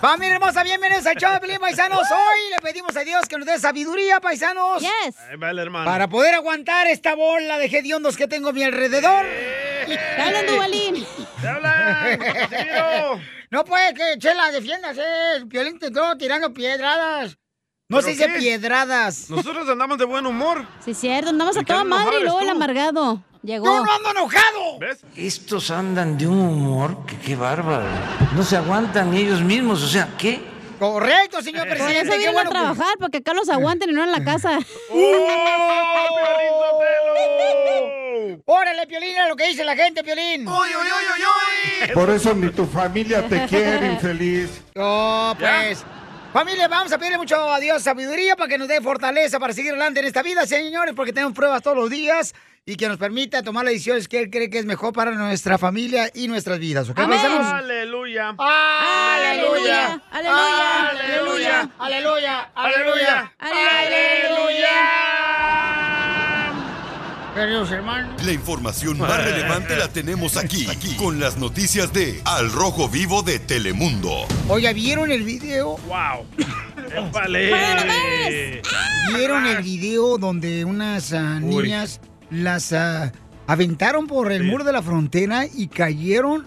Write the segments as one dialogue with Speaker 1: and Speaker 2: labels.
Speaker 1: Familia hermosa, bienvenidos a Choplin, paisanos. Hoy le pedimos a Dios que nos dé sabiduría, paisanos.
Speaker 2: Yes.
Speaker 3: Ahí va el hermano.
Speaker 1: Para poder aguantar esta bola de hediondos que tengo a mi alrededor.
Speaker 2: ¡Te hablan, Dubalín!
Speaker 3: ¡Te hablan, Casimiro!
Speaker 1: No puede que Chela defiéndase. Violín te entró tirando piedradas. No
Speaker 3: ¿Pero
Speaker 1: se dice
Speaker 3: qué?
Speaker 1: piedradas.
Speaker 3: Nosotros andamos de buen humor.
Speaker 2: Sí, cierto, andamos a
Speaker 3: El que
Speaker 2: toda
Speaker 3: anda enojado
Speaker 2: madre y
Speaker 3: eres
Speaker 2: luego el
Speaker 3: tú.
Speaker 2: amargado. Llegó.
Speaker 1: ¡Yo no ando enojado!
Speaker 3: ¿Ves?
Speaker 4: Estos andan de un humor que qué bárbaro. No se aguantan ni ellos mismos, o sea, ¿qué?
Speaker 1: Correcto, señor
Speaker 2: Eh, Por
Speaker 1: presidente.
Speaker 2: eso
Speaker 1: qué
Speaker 2: vienen
Speaker 1: bueno
Speaker 2: a
Speaker 1: que-
Speaker 2: trabajar, porque acá los aguanten y no en la casa.
Speaker 3: ¡Oh, Piolín Sotelo!
Speaker 1: Órale, Piolín, a lo que dice la gente, Piolín.
Speaker 3: ¡Uy, uy, uy, uy, uy!
Speaker 5: Por eso ni tu familia te quiere, infeliz.
Speaker 1: No, pues. Familia, vamos a pedirle mucho a Dios sabiduría para que nos dé fortaleza para seguir adelante en esta vida, señores, porque tenemos pruebas todos los días y que nos permita tomar las decisiones que Él cree que es mejor para nuestra familia y nuestras vidas, ¿ok?
Speaker 2: Amén.
Speaker 1: paisanos?
Speaker 3: ¡Aleluya!
Speaker 2: Aleluya, aleluya,
Speaker 3: aleluya,
Speaker 1: ¡Aleluya!
Speaker 3: ¡Aleluya! ¡Aleluya!
Speaker 1: Queridos hermanos.
Speaker 6: La información más relevante la tenemos aquí, aquí, con las noticias de Al Rojo Vivo de Telemundo.
Speaker 1: Oiga, ¿vieron el video?
Speaker 3: ¡Wow!
Speaker 2: ¡Palomares!
Speaker 3: ¡Épale!
Speaker 1: ¿Vieron el video donde unas ah,
Speaker 3: Uy.
Speaker 1: niñas las ah, aventaron por el
Speaker 3: Sí.
Speaker 1: muro de la frontera y cayeron?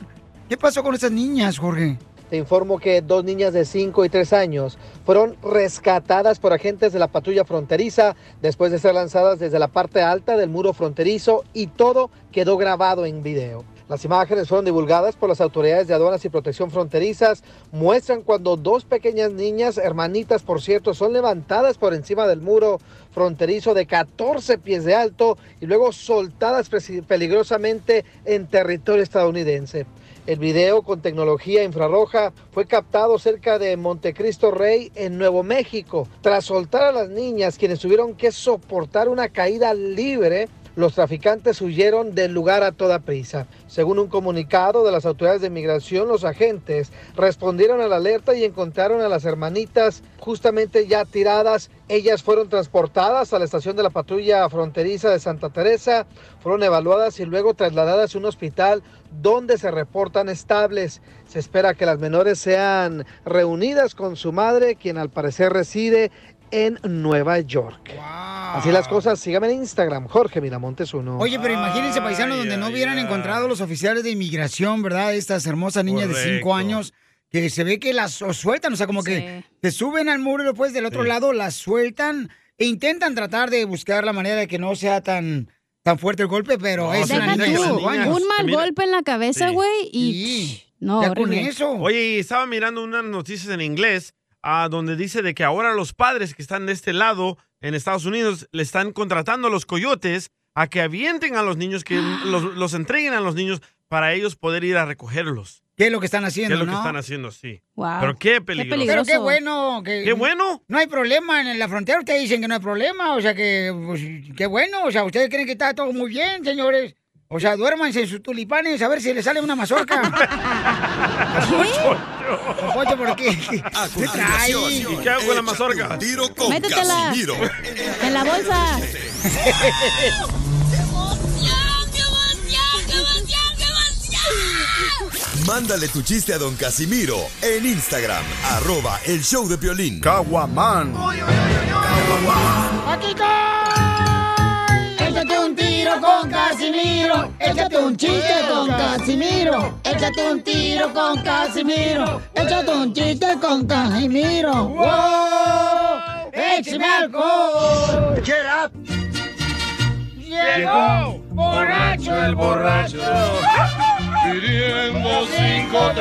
Speaker 1: ¿Qué pasó con esas niñas, Jorge?
Speaker 7: Te informo que dos niñas de 5 y 3 años fueron rescatadas por agentes de la patrulla fronteriza después de ser lanzadas desde la parte alta del muro fronterizo y todo quedó grabado en video. Las imágenes fueron divulgadas por las autoridades de aduanas y protección fronterizas. Muestran cuando dos pequeñas niñas, hermanitas por cierto, son levantadas por encima del muro fronterizo de 14 pies de alto y luego soltadas presi- peligrosamente en territorio estadounidense. El video con tecnología infrarroja fue captado cerca de Montecristo Rey en Nuevo México. Tras soltar a las niñas, quienes tuvieron que soportar una caída libre, los traficantes huyeron del lugar a toda prisa. Según un comunicado de las autoridades de migración, los agentes respondieron a la alerta y encontraron a las hermanitas justamente ya tiradas. Ellas fueron transportadas a la estación de la patrulla fronteriza de Santa Teresa, fueron evaluadas y luego trasladadas a un hospital donde se reportan estables. Se espera que las menores sean reunidas con su madre, quien al parecer reside en Nueva York. Así las cosas, síganme en Instagram, Jorge Miramontes uno.
Speaker 1: Oye, pero imagínense, paisanos,
Speaker 3: Ay,
Speaker 1: donde no
Speaker 3: ay,
Speaker 1: hubieran
Speaker 3: ay.
Speaker 1: encontrado los oficiales de inmigración, ¿verdad? Estas hermosas niñas de 5
Speaker 3: Correcto.
Speaker 1: años que se ve que las o- sueltan, o sea, como que se suben al muro y después del otro
Speaker 3: Sí.
Speaker 1: lado las sueltan e intentan tratar de buscar la manera de que no sea tan, tan fuerte el golpe, pero
Speaker 3: No,
Speaker 1: es
Speaker 3: son
Speaker 1: una
Speaker 2: Deja
Speaker 1: niña de
Speaker 3: niñas,
Speaker 2: tú,
Speaker 3: son
Speaker 1: 5
Speaker 3: niñas.
Speaker 1: años.
Speaker 2: un mal
Speaker 3: Mira.
Speaker 2: golpe en la cabeza,
Speaker 3: Sí.
Speaker 2: güey, y...
Speaker 1: Sí,
Speaker 2: No,
Speaker 1: ya con
Speaker 2: horrible.
Speaker 1: eso.
Speaker 3: Oye, estaba mirando unas noticias en inglés ah, donde dice de que ahora los padres que están de este lado en Estados Unidos le están contratando a los coyotes a que avienten a los niños, que los, los entreguen a los niños para ellos poder ir a recogerlos.
Speaker 1: ¿Qué es lo que están
Speaker 3: ¿Qué
Speaker 1: haciendo?
Speaker 3: es lo que
Speaker 1: no?
Speaker 3: están haciendo? Sí.
Speaker 2: Wow.
Speaker 3: Pero qué peligro.
Speaker 2: peligro.
Speaker 1: Pero qué
Speaker 2: Grosso.
Speaker 1: bueno. Que
Speaker 3: ¡Qué bueno!
Speaker 1: No hay problema en la frontera. Ustedes dicen que no hay problema. O sea que, pues, qué bueno. O sea, ustedes creen que está todo muy bien, señores. O sea, duérmanse en sus tulipanes a ver si les sale una mazorca. Oye, ¿por qué?
Speaker 6: A
Speaker 1: ¿Qué trae?
Speaker 6: continuación,
Speaker 3: ¿Qué hago con la
Speaker 6: échate
Speaker 3: mazorca?
Speaker 6: Un tiro con
Speaker 2: Métetela.
Speaker 6: Casimiro.
Speaker 2: En la bolsa.
Speaker 6: Mándale tu chiste a don Casimiro en Instagram, arroba el show de violín.
Speaker 1: ¡Aquí estoy! Échate un tiro con Casimiro. Échate un chiste con Casimiro. Échate un tiro con Casimiro. Échate un chiste con Casimiro. ¡Wow! ¡Échame alcohol! Llegó borracho el borracho.
Speaker 5: Pidiendo cinco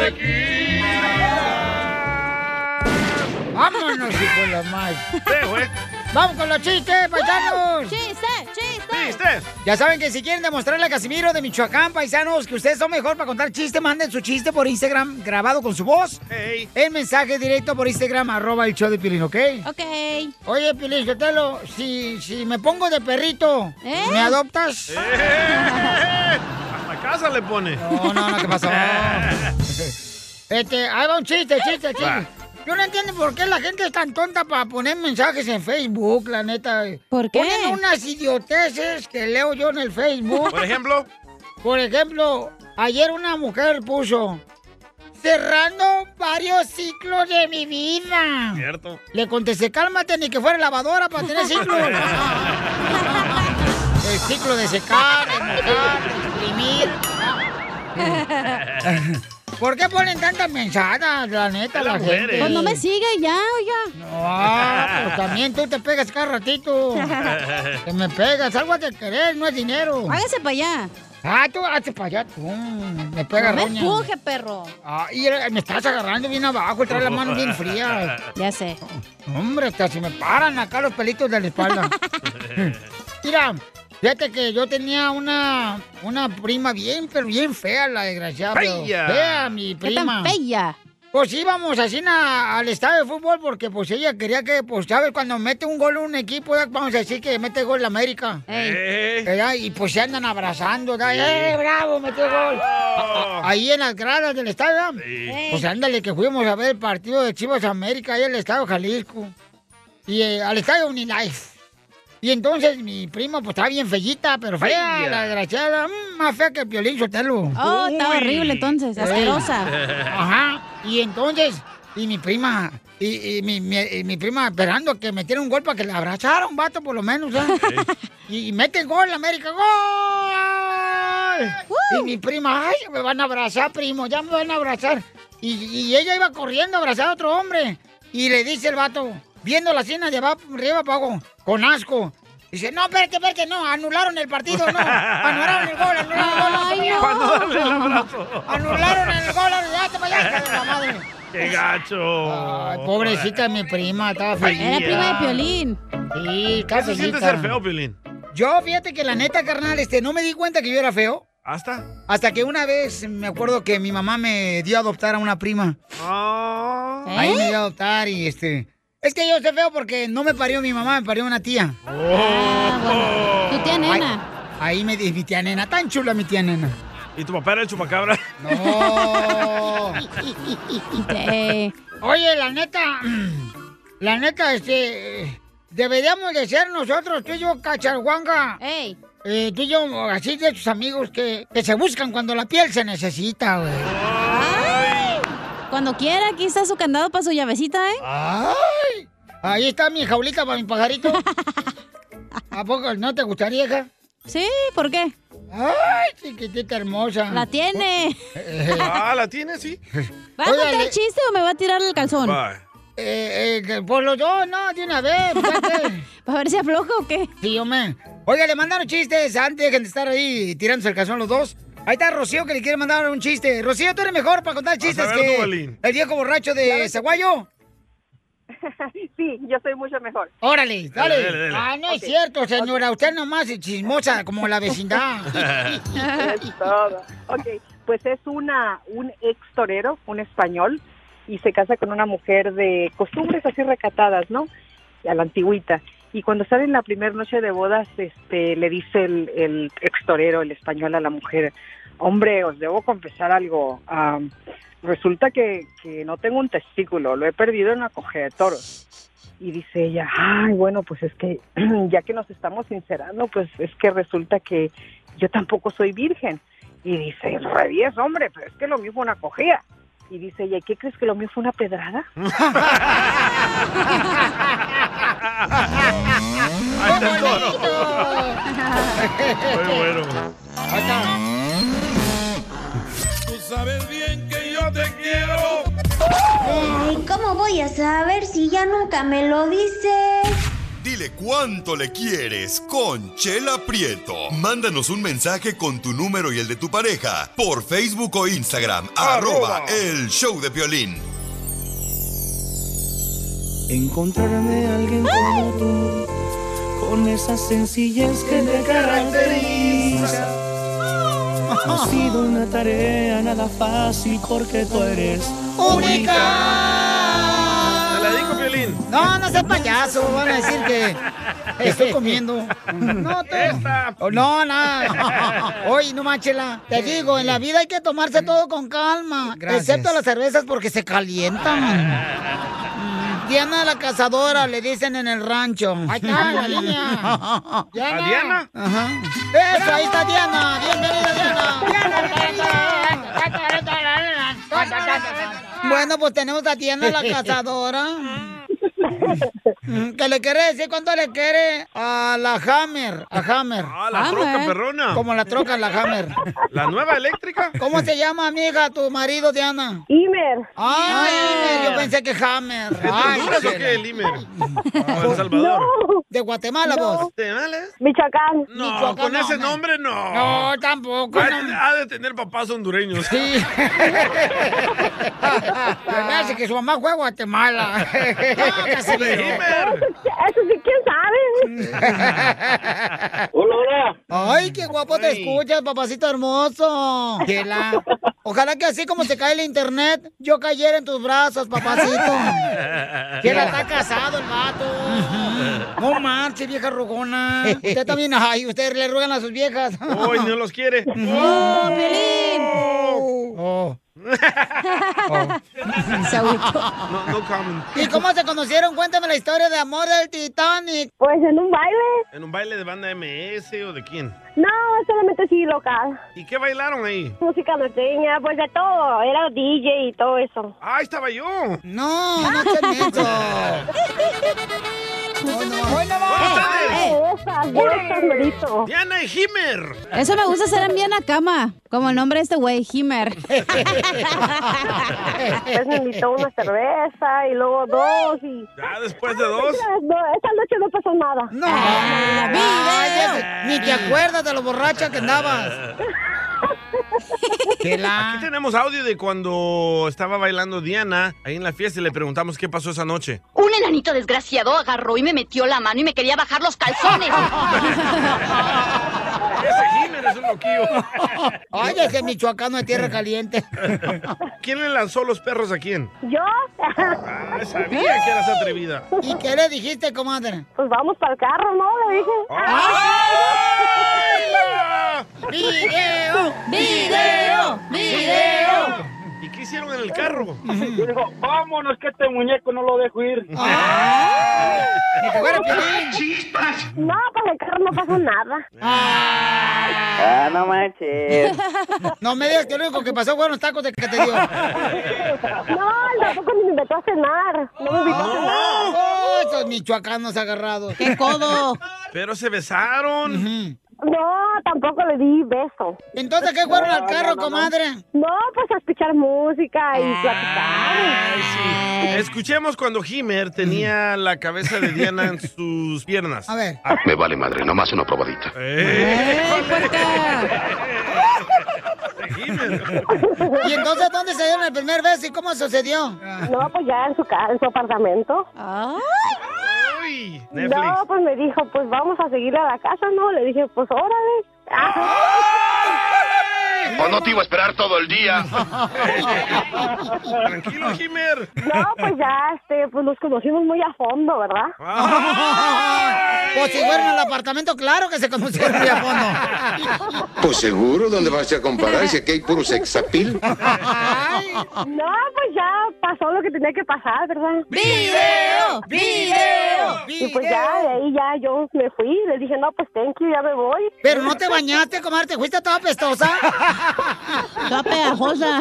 Speaker 1: Vámonos, hijo de la más.
Speaker 3: Sí, güey.
Speaker 1: Vamos con los chistes, paisanos.
Speaker 2: ¡Chiste, chiste!
Speaker 3: ¿Viste?
Speaker 1: Ya saben que si quieren demostrarle a Casimiro de Michoacán, paisanos, que ustedes son mejor para contar chistes, manden su chiste por Instagram grabado con su voz.
Speaker 3: Hey.
Speaker 1: El mensaje directo por Instagram, arroba el show de Pilín, ¿ok?
Speaker 2: Ok.
Speaker 1: Oye, Pilín, Sotelo, si, si me pongo de perrito,
Speaker 2: ¿Eh?
Speaker 1: ¿me adoptas?
Speaker 3: Eh, Hasta casa le pone.
Speaker 1: No, no, no, ¿qué pasó? este, ahí va un chiste, chiste, chiste.
Speaker 3: Va.
Speaker 1: Yo no entiendo por qué la gente es tan tonta para poner mensajes en Facebook, la neta.
Speaker 2: ¿Por qué?
Speaker 1: Ponen unas idioteces que leo yo en el Facebook.
Speaker 3: Por ejemplo,
Speaker 1: Por ejemplo, ayer una mujer puso, cerrando varios ciclos de mi vida.
Speaker 3: ¿Cierto?
Speaker 1: Le contesté, cálmate, ni que fuera lavadora para tener ciclos. El ciclo de secar, de mojar, de imprimir. ¿Por qué ponen tantas mensadas, la neta, la gente?
Speaker 2: Pues no me sigue ya, oiga.
Speaker 1: Ah, pues también tú te pegas cada ratito. Te me pegas, algo de querer, no es dinero.
Speaker 2: Hágase para allá.
Speaker 1: Ah, tú hazte para allá, tú. Me pega
Speaker 2: no me
Speaker 1: roña.
Speaker 2: empuje, perro.
Speaker 1: Ah, y eh, me estás agarrando bien abajo, trae la mano bien fría.
Speaker 2: Ya sé.
Speaker 1: Hombre, hasta se me paran acá los pelitos de la espalda. Mira, fíjate que yo tenía una, una prima bien, pero bien fea, la desgraciada. pero
Speaker 2: Fea.
Speaker 1: Fea, mi
Speaker 2: ¿Qué
Speaker 1: prima.
Speaker 2: tan bella?
Speaker 1: Pues íbamos así na- al estadio de fútbol porque pues ella quería que, pues, ¿sabes? Cuando mete un gol un equipo, ya vamos a decir que mete gol la América. ¿Verdad? Y pues se andan abrazando, ¿verdad? ¡Eh, bravo, metió gol! A- a- Ahí en las gradas del estadio. ¿verdad? Pues ándale, que fuimos a ver el partido de Chivas América ahí en el estadio Jalisco. Y eh, al estadio Unilife. Y entonces mi prima, pues estaba bien fellita, pero fea,
Speaker 2: Feya.
Speaker 1: la desgraciada, mm, más fea que el violín sotelo.
Speaker 2: Oh, estaba horrible entonces, asquerosa.
Speaker 1: Ajá. Y entonces, y mi prima, y, y mi, mi- y mi prima esperando que metiera un gol para que la abrazara un vato por lo menos, ¿ya? Y, y mete el gol, América, ¡gol! Y mi prima, ay, me van a abrazar, primo, ya me van a abrazar. Y, y ella iba corriendo a abrazar a otro hombre. Y le dice el vato, viendo la cena de va- arriba pago, con asco. Dice, no, espérate, espérate, no, anularon el partido, no, anularon el gol, anularon el gol. no te
Speaker 2: Ay,
Speaker 1: vayas".
Speaker 2: no. Para no darle el abrazo.
Speaker 1: Anularon el gol, ya te vayas, hija de la madre.
Speaker 3: ¡Qué gacho!
Speaker 1: Ay, Oh, pobrecita mi prima, estaba feliz.
Speaker 3: Era prima de
Speaker 1: Piolín. Sí,
Speaker 3: ¿Qué se
Speaker 1: casi.
Speaker 3: siente ser feo, Piolín?
Speaker 1: Yo, fíjate que la neta, carnal, este, no me di cuenta que yo era feo.
Speaker 3: ¿Hasta?
Speaker 1: Hasta que una vez me acuerdo que mi mamá me dio a adoptar a una prima.
Speaker 3: ¿Eh?
Speaker 1: Ahí me dio a adoptar y este. Es que yo soy feo porque no me parió mi mamá, me parió una tía.
Speaker 2: Ah, bueno. Tu tía
Speaker 1: nena. Ahí, me di mi tía nena, tan chula mi tía nena.
Speaker 3: ¿Y tu papá era el chupacabra?
Speaker 1: No. Oye, la neta, la neta, este, deberíamos de ser nosotros, tú y yo, Cacharhuanga. Eh, tú y yo, así de tus amigos que, que se buscan cuando la piel se necesita, güey.
Speaker 2: Cuando quiera, aquí está su candado para su llavecita, ¿eh?
Speaker 1: ¡Ay! Ahí está mi jaulita para mi pajarito. ¿A poco no te gustaría, hija?
Speaker 2: Sí, ¿por qué?
Speaker 1: ¡Ay, chiquitita hermosa!
Speaker 2: La tiene.
Speaker 3: ah, la tiene, sí.
Speaker 2: ¿Va a contar el chiste o me va a tirar el calzón?
Speaker 3: Va.
Speaker 1: Eh, eh, que por los dos, no, de una vez,
Speaker 2: ¿Para ver si afloja o qué?
Speaker 1: Sí, hombre. Oiga, le mandaron chistes antes, dejen de estar ahí tirándose el calzón los dos. Ahí está Rocío que le quiere mandar un chiste. Rocío, tú eres mejor para contar chistes
Speaker 8: ver tú,
Speaker 1: que
Speaker 8: Balín.
Speaker 1: el viejo borracho de Zaguayo.
Speaker 8: Sí, yo soy mucho mejor.
Speaker 1: Órale, dale.
Speaker 8: Dale, dale, dale.
Speaker 1: Ah, no es
Speaker 8: Ok.
Speaker 1: cierto, señora. Usted nomás es chismosa como la vecindad.
Speaker 8: Es todo. Ok, pues es una, un ex torero, un español, y se casa con una mujer de costumbres así recatadas, ¿no? A la antigüita. Y cuando salen la primera noche de bodas, este, le dice el, el ex torero, el español, a la mujer, hombre, os debo confesar algo. Ah, resulta que, que no tengo un testículo, lo he perdido en una cogida de toros. Y dice ella, ay, bueno, pues es que ya que nos estamos sincerando, pues es que resulta que yo tampoco soy virgen. Y dice, el re diez, hombre, pero es que lo mío fue una cogida. Y dice ella, ¿y qué crees que lo mío fue una pedrada?
Speaker 1: está el toro.
Speaker 3: Muy bueno.
Speaker 9: Tú sabes bien que yo te quiero.
Speaker 10: Ay, Eh, ¿cómo voy a saber si ya nunca me lo dices?
Speaker 6: Dile cuánto le quieres con Chela Prieto. Mándanos un mensaje con tu número y el de tu pareja por Facebook o Instagram. Arroba, el show de violín.
Speaker 11: Encontrarme a alguien como tú, con esa sencillez que te caracteriza. No ha sido una tarea nada fácil porque tú eres
Speaker 1: única.
Speaker 3: Te la digo, Piolín.
Speaker 1: No, no seas payaso. Van a decir que estoy comiendo. No, tú. Oh, No, nada. Hoy no manchela. Te digo, en la vida hay que tomarse todo con calma.
Speaker 2: Gracias.
Speaker 1: Excepto las cervezas porque se calientan. Diana la cazadora, le dicen en el rancho. Ahí está la línea.
Speaker 2: ¿A Diana?
Speaker 1: Ajá. Eso, ahí está Diana. Bienvenida, Diana. Diana, bienvenida. Bueno, pues tenemos a Tiana la cazadora. Mm, que le quiere decir cuánto le quiere a la Hammer, a Hammer.
Speaker 3: Ah, la Hammer. troca perrona.
Speaker 1: Como la troca, la Hammer.
Speaker 3: ¿La nueva eléctrica?
Speaker 1: ¿Cómo se llama, amiga, tu marido, Diana? Imer. Ah, Imer, yo pensé que Hammer.
Speaker 3: ¿Es de
Speaker 1: Ay,
Speaker 3: Honduras o
Speaker 1: chela.
Speaker 3: qué, Limer? ¿O El Salvador?
Speaker 1: ¿De Guatemala
Speaker 3: No.
Speaker 1: vos?
Speaker 12: Michoacán.
Speaker 3: No, con ese nombre no.
Speaker 1: No, tampoco.
Speaker 3: Ha,
Speaker 1: no.
Speaker 3: ha de tener papás hondureños.
Speaker 1: Sí. Se me hace que su mamá fue a Guatemala. No, Casimiro.
Speaker 12: Eso sí, ¿quién
Speaker 1: sabe?
Speaker 12: Hola, hola.
Speaker 1: Ay,
Speaker 3: Mm,
Speaker 1: qué guapo te escuchas, papacito hermoso. Chela. Ojalá que así como se cae el internet, yo cayera en tus brazos, papacito. Que la está casado el vato. No marche, vieja rogona. Usted también, ay, usted le ruegan a sus viejas.
Speaker 3: Hoy no los quiere. Oh.
Speaker 1: ¡Oh, Pelín! Oh.
Speaker 3: No, no comment.
Speaker 1: ¿Y cómo se conocieron? Cuéntame la historia de amor del Titanic.
Speaker 12: Pues en un baile.
Speaker 3: ¿En un baile de banda MS o de quién?
Speaker 12: No, solamente sí, local.
Speaker 3: ¿Y qué bailaron ahí?
Speaker 12: Música norteña, pues de todo. Era DJ y todo eso.
Speaker 3: ¡Ah, estaba yo!
Speaker 1: No, no te meto.
Speaker 3: Diana y Himer.
Speaker 2: Eso me gusta ser bien a cama, como el nombre de este güey, Himer.
Speaker 12: Pues me invitó una cerveza y luego dos y...
Speaker 3: Ya después de dos.
Speaker 12: No, esa noche no pasó nada.
Speaker 1: No.
Speaker 3: Ah.
Speaker 1: Ni te acuerdas de lo borracha que andabas.
Speaker 3: Aquí tenemos audio de cuando estaba bailando Diana ahí en la fiesta y le preguntamos qué pasó esa noche.
Speaker 13: Un enanito desgraciado agarró y me metió la mano y me quería bajar los calzones.
Speaker 3: Ese Himer es un loquillo.
Speaker 1: Ay, ese michoacano de tierra caliente.
Speaker 3: ¿Quién le lanzó los perros a quién?
Speaker 12: ¿Yo?
Speaker 3: Ah, sabía que eras atrevida.
Speaker 1: ¿Y qué le dijiste, comadre?
Speaker 12: Pues vamos para el carro, ¿no? Le dije.
Speaker 3: Ah,
Speaker 1: ¡Video!
Speaker 12: ¡Video! ¡Video!
Speaker 3: ¿Y qué hicieron en el carro?
Speaker 14: Yo digo, vámonos que este muñeco no lo dejo ir.
Speaker 1: Ah.
Speaker 12: No, pues, para el carro no pasó nada.
Speaker 1: Ah,
Speaker 12: no
Speaker 1: manches. No me digas que lo único que pasó fueron los tacos de que te dio.
Speaker 12: No, tampoco me invitó a cenar. No me invitó a cenar.
Speaker 1: Oh, esos michoacanos agarrados. ¡Qué codo!
Speaker 3: Pero se besaron.
Speaker 12: No, tampoco le di beso.
Speaker 1: Entonces, ¿qué fueron al carro, comadre?
Speaker 12: No, pues a escuchar música y platicar.
Speaker 3: Escuchemos cuando Himer tenía la cabeza de Diana en sus piernas. A
Speaker 1: ver.
Speaker 6: Me vale madre, nomás una probadita.
Speaker 1: ¿Y entonces dónde se dieron el primer beso y cómo sucedió?
Speaker 12: No, pues ya en su, ca- en su apartamento. No, pues me dijo, pues vamos a seguir a la casa, ¿no? Le dije, pues órale.
Speaker 6: O no te iba a esperar todo el día.
Speaker 3: Tranquilo, Jimer.
Speaker 12: No, pues ya, este, pues nos conocimos muy a fondo, ¿verdad?
Speaker 1: Ah, Pues si fueron al apartamento, claro que se conocieron de a fondo.
Speaker 15: Pues seguro, ¿dónde vas a comparar? Si aquí hay puro sexapil.
Speaker 12: No, pues ya pasó lo que tenía que pasar, ¿verdad?
Speaker 1: ¡Video!
Speaker 12: ¡Video! Y pues ya, de ahí ya yo me fui, le dije, no, pues thank you, ya me voy.
Speaker 1: Pero no te bañaste, comadre, te fuiste toda pestosa. Toda pegajosa.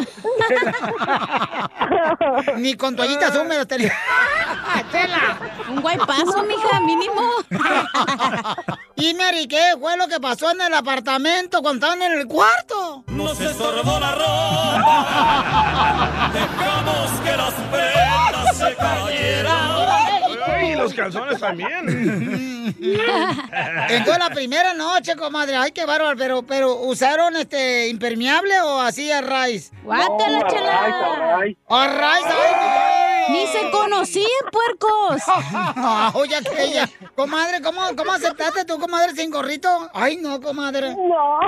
Speaker 1: Ni con toallitas húmedas te
Speaker 2: Un guaypazo, mija, mínimo.
Speaker 1: Y Mary, ¿qué fue lo que pasó en el apartamento cuando estaban en el cuarto?
Speaker 11: Nos estorbó la ropa. Dejamos que las prendas se cayeran.
Speaker 3: Y los calzones también.
Speaker 1: Entonces la primera noche, comadre, ay, qué bárbaro, pero, pero ¿usaron este impermeable o así a raíz?
Speaker 2: Guácala, No, a chela. raíz, a raíz.
Speaker 1: A raíz, ay,
Speaker 2: Ni se conocían, puercos.
Speaker 1: Oye, aquella. Comadre, ¿cómo, ¿cómo aceptaste tú, comadre, sin gorrito? Ay, no, comadre.
Speaker 12: No.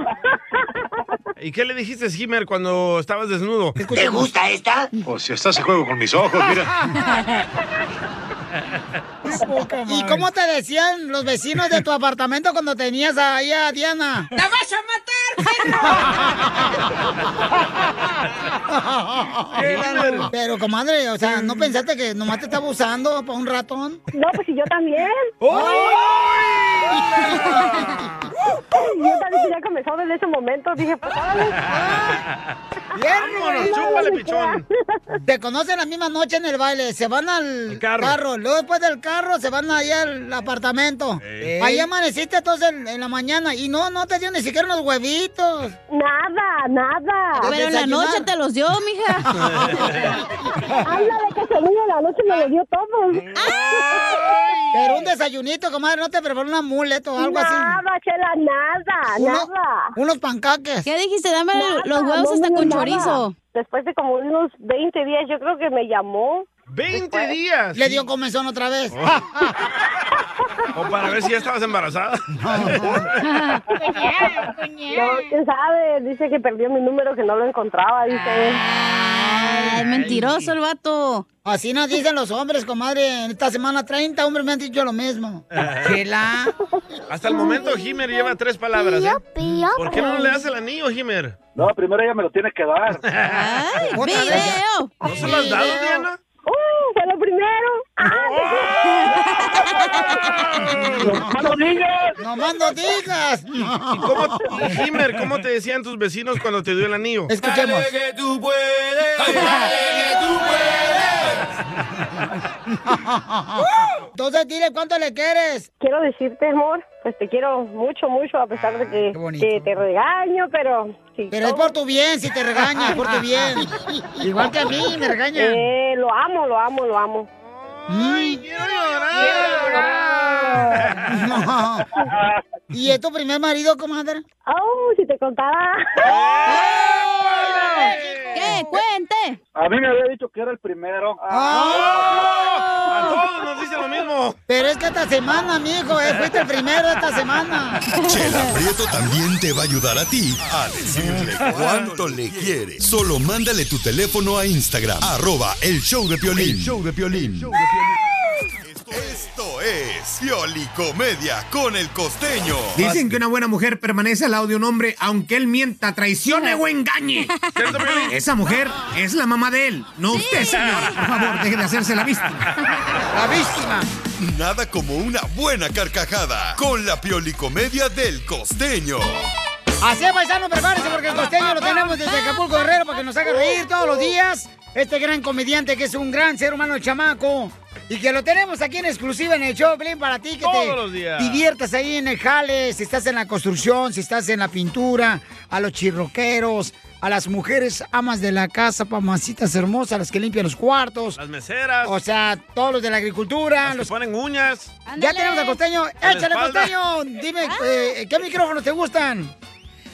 Speaker 3: ¿Y qué le dijiste, Himer, cuando estabas desnudo?
Speaker 1: ¿Te gusta esta?
Speaker 16: O si estás en juego con mis ojos,
Speaker 3: Pues
Speaker 16: mira.
Speaker 1: ¿Y cómo te decían los vecinos de tu apartamento cuando tenías ahí a Diana?
Speaker 12: ¡La
Speaker 1: vas a matar, Pero, comadre, o sea, ¿no pensaste que nomás te estaba usando para un ratón?
Speaker 12: No, pues y yo también.
Speaker 1: ¡Ay!
Speaker 12: yo también
Speaker 17: ya comenzó desde ese momento. Dije, pues, órale.
Speaker 1: Ah. ¡Vámonos,
Speaker 17: chúpale, pichón!
Speaker 1: Te conocen la misma noche en el baile, se van al carro. luego después del carro se van ahí al apartamento.
Speaker 17: Ey.
Speaker 1: Ahí amaneciste entonces en, en la mañana y no, no te dio ni siquiera unos huevitos.
Speaker 17: Nada, nada.
Speaker 2: Pero en la noche te los dio, mija.
Speaker 17: Ándale, que se vino la noche me lo dio todo.
Speaker 1: Pero un desayunito, comadre, no te preparó una muleta o algo así.
Speaker 17: Nada, chela, nada, nada.
Speaker 1: Unos pancaques.
Speaker 2: ¿Qué dijiste? Dame los huevos
Speaker 17: no
Speaker 2: hasta
Speaker 17: me
Speaker 2: con
Speaker 17: dio nada.
Speaker 2: chorizo.
Speaker 17: Después de como unos 20 días, yo creo que me llamó.
Speaker 3: ¡20 días!
Speaker 1: Le dio comezón otra vez.
Speaker 3: O para ver si ya estabas embarazada.
Speaker 17: No, quién sabe, dice que perdió mi número, que no lo encontraba, dice.
Speaker 1: Ay, mentiroso el vato. Así nos dicen los hombres, comadre. En esta semana 30 hombres me han dicho lo mismo. Chela.
Speaker 3: Hasta el momento, Himer lleva tres palabras. ¿eh? ¿Por qué no le das el anillo, Himer?
Speaker 18: No, primero ella me lo tiene que dar.
Speaker 3: ¿Otra vez? ¿No se lo has dado, Diana?
Speaker 17: ¡Uh, fue lo primero!
Speaker 11: Ah.
Speaker 3: ¡No
Speaker 1: no digas! ¡No más no digas!
Speaker 3: ¿Y cómo, y, Himer, cómo te decían tus vecinos cuando te dio el anillo?
Speaker 1: Escuchemos.
Speaker 9: Dale que tú puedes, dale que tú puedes.
Speaker 1: Entonces dile cuánto le quieres.
Speaker 17: Quiero decirte, amor, pues te quiero mucho, mucho, a pesar de que, que te regaño, pero... sí,
Speaker 1: Ah, Pero es
Speaker 17: somos-
Speaker 1: por tu bien, si te regañas, por tu bien. Igual que a mí, me regañan.
Speaker 17: Eh, lo amo, lo amo, lo amo.
Speaker 1: ¡Ay, quiero llorar! ¿Y es tu primer marido, comadre?
Speaker 17: ¡Oh, si te contara!
Speaker 1: ¡Oh!
Speaker 2: ¡Que cuente!
Speaker 18: A mí me había dicho que era el primero.
Speaker 3: A todos nos dicen lo mismo.
Speaker 1: ¡Oh! Pero es que esta semana, mijo, eh, fuiste el primero de esta semana.
Speaker 6: Chela Prieto también te va a ayudar a ti a decirle cuánto le quiere. Solo mándale tu teléfono a Instagram, arroba el show de Piolín. show de Piolín. Esto es Pioli Comedia con el costeño.
Speaker 19: Dicen que una buena mujer permanece al lado de un hombre aunque él mienta, traicione o engañe. Esa mujer es la mamá de él, no usted, señora. Por favor, deje de hacerse la víctima.
Speaker 1: La víctima.
Speaker 6: Nada como una buena carcajada con la Pioli Comedia del costeño.
Speaker 1: Así es, paisano, prepárense porque el costeño lo tenemos desde Acapulco Guerrero para que nos haga reír todos los días. Este gran comediante que es un gran ser humano, el chamaco. Y que lo tenemos aquí en exclusiva en el show, Blin, para ti, que te
Speaker 3: Todos los días.
Speaker 1: diviertas ahí en el jale, si estás en la construcción, si estás en la pintura, a los chirroqueros, a las mujeres amas de la casa, pamacitas hermosas, las que limpian los cuartos.
Speaker 3: Las meseras.
Speaker 1: O sea, todos los de la agricultura. los
Speaker 3: que ponen uñas.
Speaker 1: Ya tenemos al costeño.
Speaker 3: la
Speaker 1: Échale,
Speaker 3: espalda.
Speaker 1: costeño. Dime, eh, ¿qué micrófonos te gustan?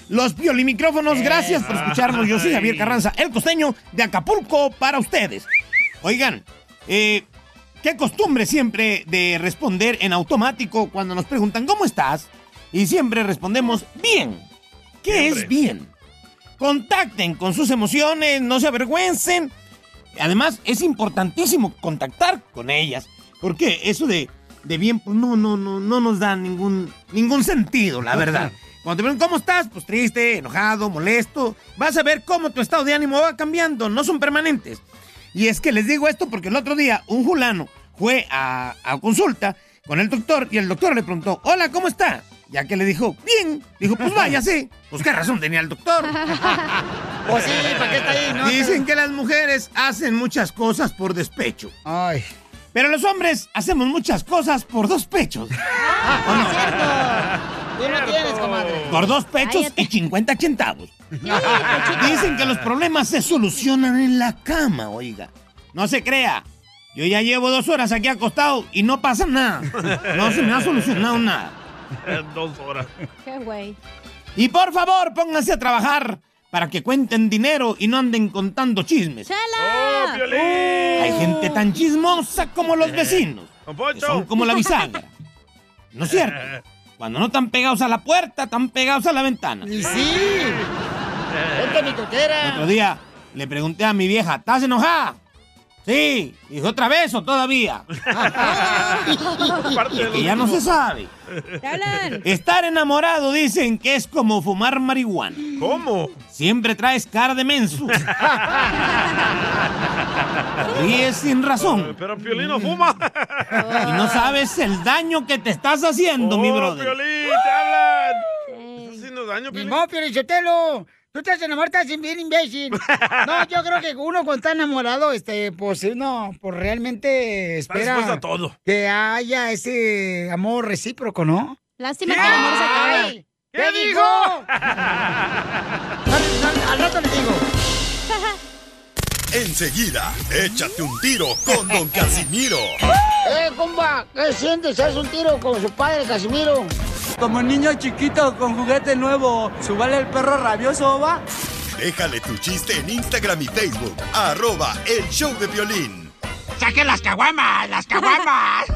Speaker 19: Los piolimicrófonos, gracias por escucharnos. Yo soy Javier Carranza, el costeño de Acapulco para ustedes. Oigan, eh, qué costumbre siempre de responder en automático cuando nos preguntan ¿cómo estás? Y siempre respondemos bien. ¿Qué es bien? Contacten con sus emociones, no se avergüencen. Además, es importantísimo contactar con ellas. Porque eso de, de bien, pues no, no, no, no nos da ningún, ningún sentido, la verdad. Cuando te preguntan, ¿cómo estás? Pues triste, enojado, molesto. Vas a ver cómo tu estado de ánimo va cambiando. No son permanentes. Y es que les digo esto porque el otro día un fulano fue a, a consulta con el doctor y el doctor le preguntó, hola, ¿cómo está? Ya que le dijo, bien. Dijo, pues váyase. Pues qué razón tenía el doctor.
Speaker 1: Pues sí, ¿para qué está ahí? No?
Speaker 19: Dicen que las mujeres hacen muchas cosas por despecho.
Speaker 1: Ay.
Speaker 19: Pero los hombres hacemos muchas cosas por dos pechos.
Speaker 1: Ah,
Speaker 19: ¿O no?
Speaker 1: Tú no tienes, comadre.
Speaker 19: Por dos pechos y 50 centavos. Dicen que los problemas se solucionan en la cama, oiga. No se crea. Yo ya llevo dos horas aquí acostado y no pasa nada. No se me ha solucionado nada.
Speaker 3: Eh, Dos horas.
Speaker 2: ¡Qué güey!
Speaker 19: Y por favor, pónganse a trabajar para que cuenten dinero y no anden contando chismes.
Speaker 2: ¡Chala!
Speaker 19: Hay gente tan chismosa como los vecinos. que son como la bisagra. ¿No es cierto? Cuando no están pegados a la puerta, están pegados a la ventana.
Speaker 1: Y sí. Vente, mi
Speaker 19: El otro
Speaker 1: coquera.
Speaker 19: día le pregunté a mi vieja, ¿estás enojada? Sí. Dijo, ¿otra vez o todavía?
Speaker 9: Parte de
Speaker 19: Es que ya no se sabe. Estar enamorado dicen que es como fumar marihuana.
Speaker 3: ¿Cómo?
Speaker 19: Siempre traes cara de menso. Ríes sin razón.
Speaker 3: Pero Piolín no fuma.
Speaker 19: Y no sabes el daño que te estás haciendo, mi
Speaker 3: Oh,
Speaker 19: brother.
Speaker 3: Piolín, te hablan. Estás haciendo daño,
Speaker 1: Ni modo, Piolichotelo. Tú estás enamorado, estás bien imbécil. No, yo creo que uno cuando está enamorado, este, pues no, pues realmente
Speaker 3: Está
Speaker 1: espera
Speaker 3: dispuesto a todo.
Speaker 1: que haya ese amor recíproco, ¿no?
Speaker 2: Lástima que el amor se acaba.
Speaker 1: ¡Ay! ¿Qué dijo? Al rato le digo.
Speaker 6: Enseguida, échate un tiro con Don Casimiro.
Speaker 1: ¡Eh, compa! ¿Qué sientes? ¿Haz un tiro con su padre, Casimiro?
Speaker 20: Como niño chiquito con juguete nuevo, ¿subale el perro rabioso va?
Speaker 6: Déjale tu chiste en Instagram y Facebook. Arroba el show de violín.
Speaker 1: ¡Saque las caguamas! ¡Las caguamas!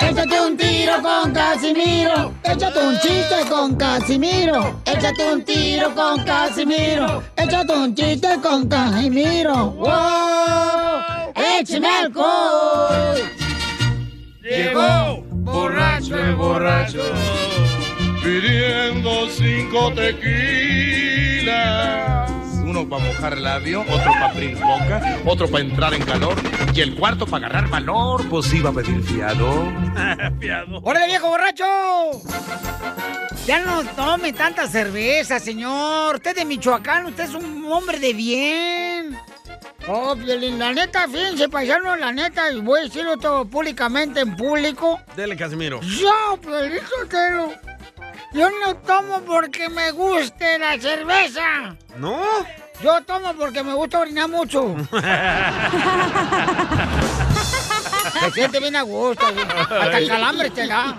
Speaker 1: Échate un tiro con Casimiro. Échate un chiste con Casimiro. Échate un tiro con Casimiro. Échate un chiste con Casimiro. ¡Wow! ¡Échame alcohol!
Speaker 9: Llegó borracho el borracho pidiendo cinco tequilas. Uno para mojar labio, otro para abrir boca, otro para entrar en calor y el cuarto para agarrar valor. Pues iba a pedir fiado.
Speaker 1: ¡Órale, viejo borracho! Ya no tome tanta cerveza, señor. Usted es de Michoacán, usted es un hombre de bien. Oh, Piolín, la neta, fíjense, paisano, la neta, y voy a decirlo todo públicamente en público.
Speaker 3: Dele, Casimiro.
Speaker 1: Yo, Piolín Sotelo, yo no tomo porque me guste la cerveza.
Speaker 3: ¿No?
Speaker 1: Yo tomo porque me gusta orinar mucho. Se siente bien a gusto, güey. hasta calambre te da.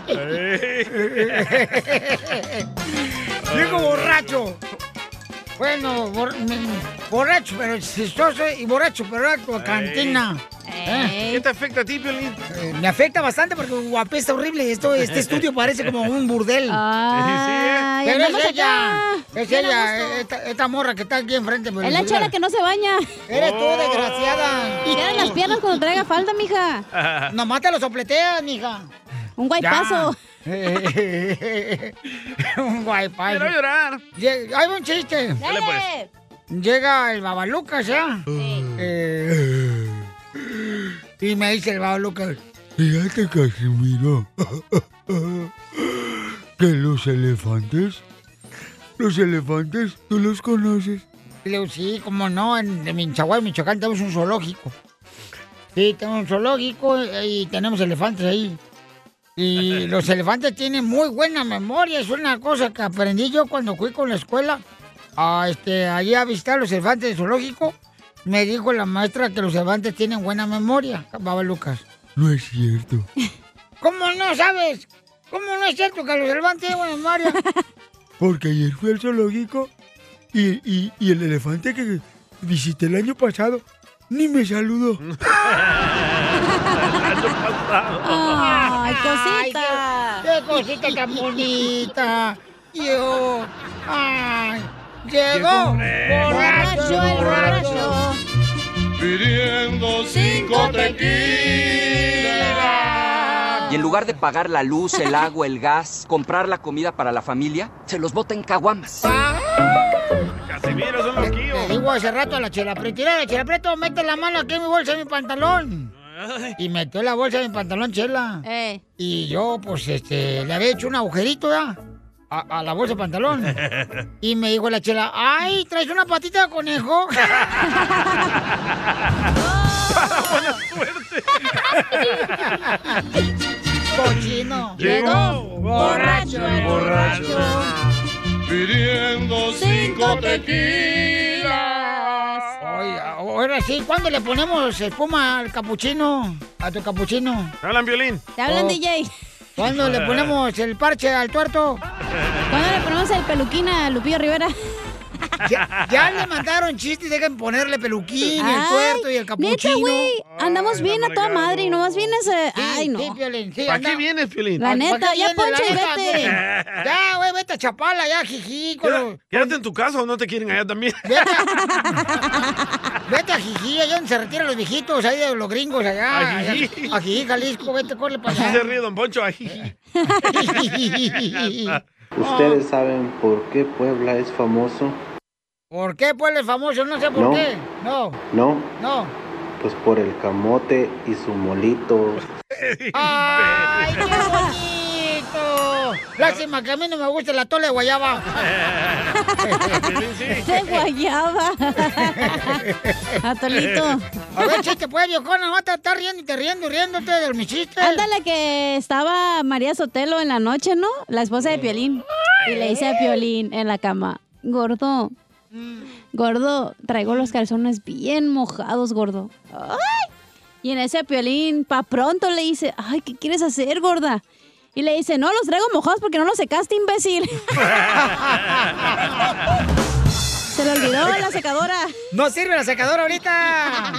Speaker 1: Digo borracho. Bueno, bor- mm, borracho, pero chistoso y borracho, pero alto, cantina. ¿Eh?
Speaker 3: ¿Qué te afecta a ti, Piolín?
Speaker 1: me afecta bastante porque guapesta horrible. Esto, este estudio parece como un burdel.
Speaker 3: ¿eh?
Speaker 2: Ay,
Speaker 1: Pero
Speaker 2: andamos
Speaker 1: es ella.
Speaker 2: acá.
Speaker 1: Es
Speaker 2: Bien a
Speaker 1: ella, eh, esta, esta morra que está aquí enfrente. pues,
Speaker 2: Es la chela que no se baña.
Speaker 1: Eres tú,
Speaker 3: Oh.
Speaker 1: desgraciada.
Speaker 2: Tienen las piernas cuando traiga falda, mija.
Speaker 1: Nomás te lo sopletean, mija.
Speaker 2: Un guaypazo.
Speaker 1: un guaypazo.
Speaker 2: Quiero
Speaker 3: llorar.
Speaker 1: Hay un chiste.
Speaker 2: Dale, pues.
Speaker 1: Llega el babalucas, ¿ya? Eh, y me dice el babalucas,
Speaker 21: Fíjate, Casimiro, que los elefantes, los elefantes, tú los conoces.
Speaker 1: Y Le digo, sí, como no, en en Minchahuay, Michoacán, tenemos un zoológico. Sí, tenemos un zoológico eh, y tenemos elefantes ahí. Y los elefantes tienen muy buena memoria, es una cosa que aprendí yo cuando fui con la escuela a, este, allí a visitar los elefantes del zoológico. Me dijo la maestra que los elefantes tienen buena memoria, Baba Lucas.
Speaker 21: No es cierto.
Speaker 1: ¿Cómo no sabes? ¿Cómo no es cierto que los elefantes tienen buena memoria?
Speaker 21: Porque ayer fui al zoológico y, y- y el elefante que visité el año pasado ni me saludó.
Speaker 2: Ay,
Speaker 1: cosita. qué, qué cosita tan bonita. Yo. Ay. Llegó. Borracho el borracho.
Speaker 9: Pidiendo cinco tequilas.
Speaker 13: Y en lugar de pagar la luz, el agua, el gas, comprar la comida para la familia, se los bota en caguamas.
Speaker 3: Casimiro es un loquillo.
Speaker 1: Le digo hace rato a la chela Prieto, "Mira, la chela Prieto, mete la mano aquí en mi bolsa, en mi pantalón. Y metió la bolsa en mi pantalón, chela. Y yo, pues, este, le había hecho un agujerito, ¿ya? A, a la bolsa de pantalón. Y me dijo la chela, ay, traes una patita de conejo. Pues Cochino.
Speaker 9: Llegó borracho el borracho pidiendo cinco tequilas.
Speaker 1: Ahora sí, ¿cuándo le ponemos espuma al capuchino? A tu capuchino. Oh.
Speaker 3: ¿Te hablan, Violín? Eh.
Speaker 2: Te hablan, DJ.
Speaker 1: ¿Cuándo le ponemos el parche al tuerto?
Speaker 2: ¿Cuándo le ponemos el peluquín a Lupillo Rivera?
Speaker 1: Ya, ya le mandaron chistes, dejen ponerle peluquín, el
Speaker 2: Ay,
Speaker 1: tuerto y el
Speaker 2: Neta,
Speaker 1: capuchino.
Speaker 2: güey, andamos bien a toda madre y nomás vienes... eh, ay, no.
Speaker 1: Sí, Piolín, sí,
Speaker 2: ¿Pa'
Speaker 1: anda-
Speaker 2: qué vienes, Piolín? La neta,
Speaker 1: ¿Pa' qué
Speaker 2: ya,
Speaker 1: vienes, la
Speaker 2: Poncho, y
Speaker 1: neta?
Speaker 2: vete.
Speaker 1: Ya, Ah, güey, vete a Chapala, ya, jiji. con los-
Speaker 3: Queda- Quédate en tu casa o no te quieren allá también.
Speaker 1: Vete a Jiji, allá donde se retiran los viejitos, ahí de los gringos, allá.
Speaker 3: A
Speaker 1: allá-
Speaker 3: Jijí.
Speaker 1: A Jiji, Jalisco, vete, corre para
Speaker 3: Así se
Speaker 1: allá.
Speaker 3: ríe Don Poncho. Ay.
Speaker 1: Pues
Speaker 22: ¿Ustedes saben por qué Puebla es famoso?
Speaker 1: ¿Por qué, pues, el famoso? No sé por
Speaker 22: No.
Speaker 1: qué. No,
Speaker 22: No,
Speaker 1: no.
Speaker 22: pues por el camote y su molito.
Speaker 1: ¡Ay, qué bonito! Lástima que a mí no me gusta la tole de guayaba.
Speaker 2: De guayaba. Atolito.
Speaker 1: A ver, chiste, pues, viejona, no te estás riendo y te riendo, y riéndote de mis chistes.
Speaker 2: Ándale que estaba María Sotelo en la noche, ¿no? La esposa de Piolín. Y le dice a Piolín en la cama, gordo, gordo, traigo los calzones bien mojados, gordo. ¡Ay! Y en ese Piolín, pa' pronto le dice, ay, ¿qué quieres hacer, gorda? Y le dice, no, los traigo mojados porque no los secaste, imbécil. Se le olvidó la secadora.
Speaker 1: No sirve la secadora ahorita.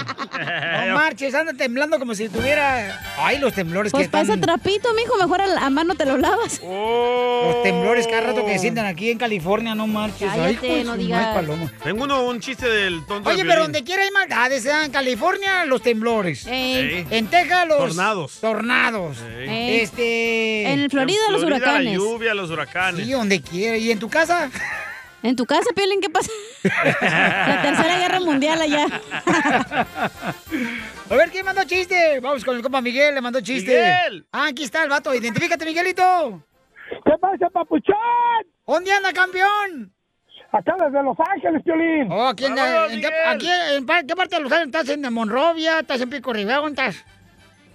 Speaker 1: No marches, anda temblando como si tuviera. Ay, los temblores
Speaker 2: Pues
Speaker 1: que
Speaker 2: pasa
Speaker 1: están.
Speaker 2: trapito, mijo, mejor a, la- a mano te lo lavas.
Speaker 1: Los temblores cada rato que sientan aquí en California, no marches. Ay,
Speaker 2: Cállate,
Speaker 1: hijo de
Speaker 2: no
Speaker 1: su
Speaker 2: digas.
Speaker 1: madre, paloma.
Speaker 3: Tengo uno, un chiste del tonto de
Speaker 1: Oye, pero
Speaker 3: Piolín.
Speaker 1: donde quiera hay maldades, ¿eh? en California los temblores.
Speaker 3: Ey.
Speaker 1: En Texas los
Speaker 3: Tornados.
Speaker 1: Tornados.
Speaker 3: Ey.
Speaker 1: Este.
Speaker 2: En el Florida, los
Speaker 3: La
Speaker 2: huracanes.
Speaker 3: lluvia, los huracanes.
Speaker 1: Sí, donde quiera. ¿Y en tu casa?
Speaker 2: En tu casa, Piolín, ¿qué pasa? La tercera guerra mundial allá.
Speaker 1: A ver, ¿quién mandó chiste? Vamos con el compa Miguel, le mandó chiste.
Speaker 2: Miguel.
Speaker 1: Ah, aquí está el vato. Identifícate, Miguelito. ¿Qué pasa, papuchón? ¿Dónde anda, campeón? Acá desde Los Ángeles, Piolín. Oh, ¿aquí anda?
Speaker 4: Vámonos,
Speaker 1: ¿En qué,
Speaker 4: Miguel.
Speaker 1: aquí, en pa- qué parte de Los Ángeles estás? ¿En Monrovia? ¿Estás en Pico Rivera? ¿Dónde estás?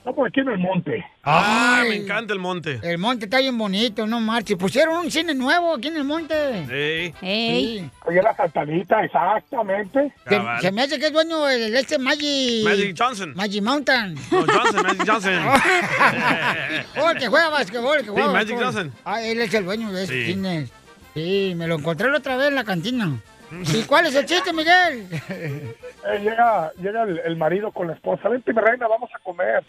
Speaker 1: No, por aquí en el monte.
Speaker 3: Ah, me
Speaker 1: Ay,
Speaker 3: encanta el
Speaker 2: Eh,
Speaker 3: monte.
Speaker 1: el monte está bien bonito, no marches. Pusieron un cine nuevo aquí en el monte.
Speaker 3: Ey.
Speaker 1: Sí.
Speaker 4: Oye, la saltadita, exactamente.
Speaker 1: Se, se me hace que es dueño el este Magic...
Speaker 4: Magic
Speaker 1: Johnson. Magic Mountain.
Speaker 3: No, Johnson, Magic Johnson.
Speaker 1: Oh, el que juega básquetbol, el que
Speaker 3: Sí,
Speaker 1: juega
Speaker 3: Magic
Speaker 1: básquetbol.
Speaker 3: Johnson.
Speaker 1: Ah, él es el dueño de ese
Speaker 3: Sí.
Speaker 1: cine. Sí, me lo encontré la otra vez en la cantina. ¿Y cuál es el chiste, Miguel?
Speaker 4: Eh, llega llega el, el marido con la esposa, vente mi reina, vamos a comer.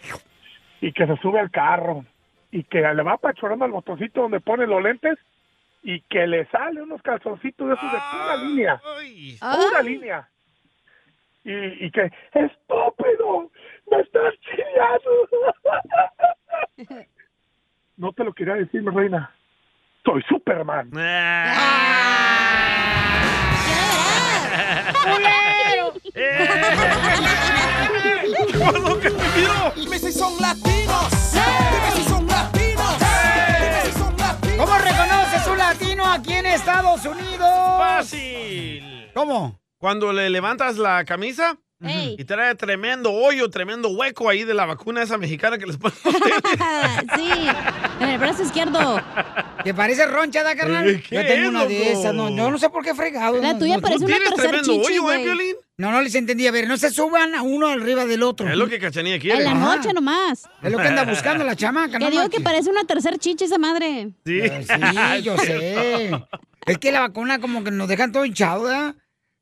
Speaker 4: Y que se sube al carro y que le va apachurando al botoncito donde pone los lentes y que le sale unos calzoncitos de esos de pura línea. Una línea. Y, y que, estúpido, me estás chillando. no te lo quería decir, mi reina. Soy Superman.
Speaker 1: ¡Culero!
Speaker 11: Dime si son latinos. Dime si son latinos. Dime si son latinos.
Speaker 1: ¿Cómo reconoces un latino aquí en Estados Unidos?
Speaker 3: Fácil.
Speaker 1: ¿Cómo?
Speaker 3: Cuando le levantas la camisa
Speaker 2: Ey.
Speaker 3: y trae tremendo hoyo, tremendo hueco ahí de la vacuna esa mexicana que les ponen.
Speaker 2: sí, en el brazo izquierdo.
Speaker 1: ¿Te parece roncha, da carnal?
Speaker 3: Eh, ¿qué
Speaker 1: Yo tengo
Speaker 3: es,
Speaker 1: una de
Speaker 3: loco?
Speaker 1: esas. No, yo no sé por qué fregado.
Speaker 2: La
Speaker 1: no,
Speaker 2: tuya
Speaker 1: no,
Speaker 2: parece
Speaker 1: no.
Speaker 2: una tercer
Speaker 3: eh,
Speaker 2: chichi, güey.
Speaker 1: No, no les entendí. A ver, no se suban a uno arriba del otro.
Speaker 3: Es lo que Cachanilla quiere. Ah.
Speaker 2: En la noche nomás.
Speaker 1: Es lo que anda buscando la
Speaker 2: Que
Speaker 1: chamaca, no
Speaker 2: digo
Speaker 1: manches.
Speaker 2: que parece una tercer chicha esa madre.
Speaker 3: Sí.
Speaker 1: Sí, yo sé. Es que la vacuna como que nos dejan todo hinchado, ¿verdad?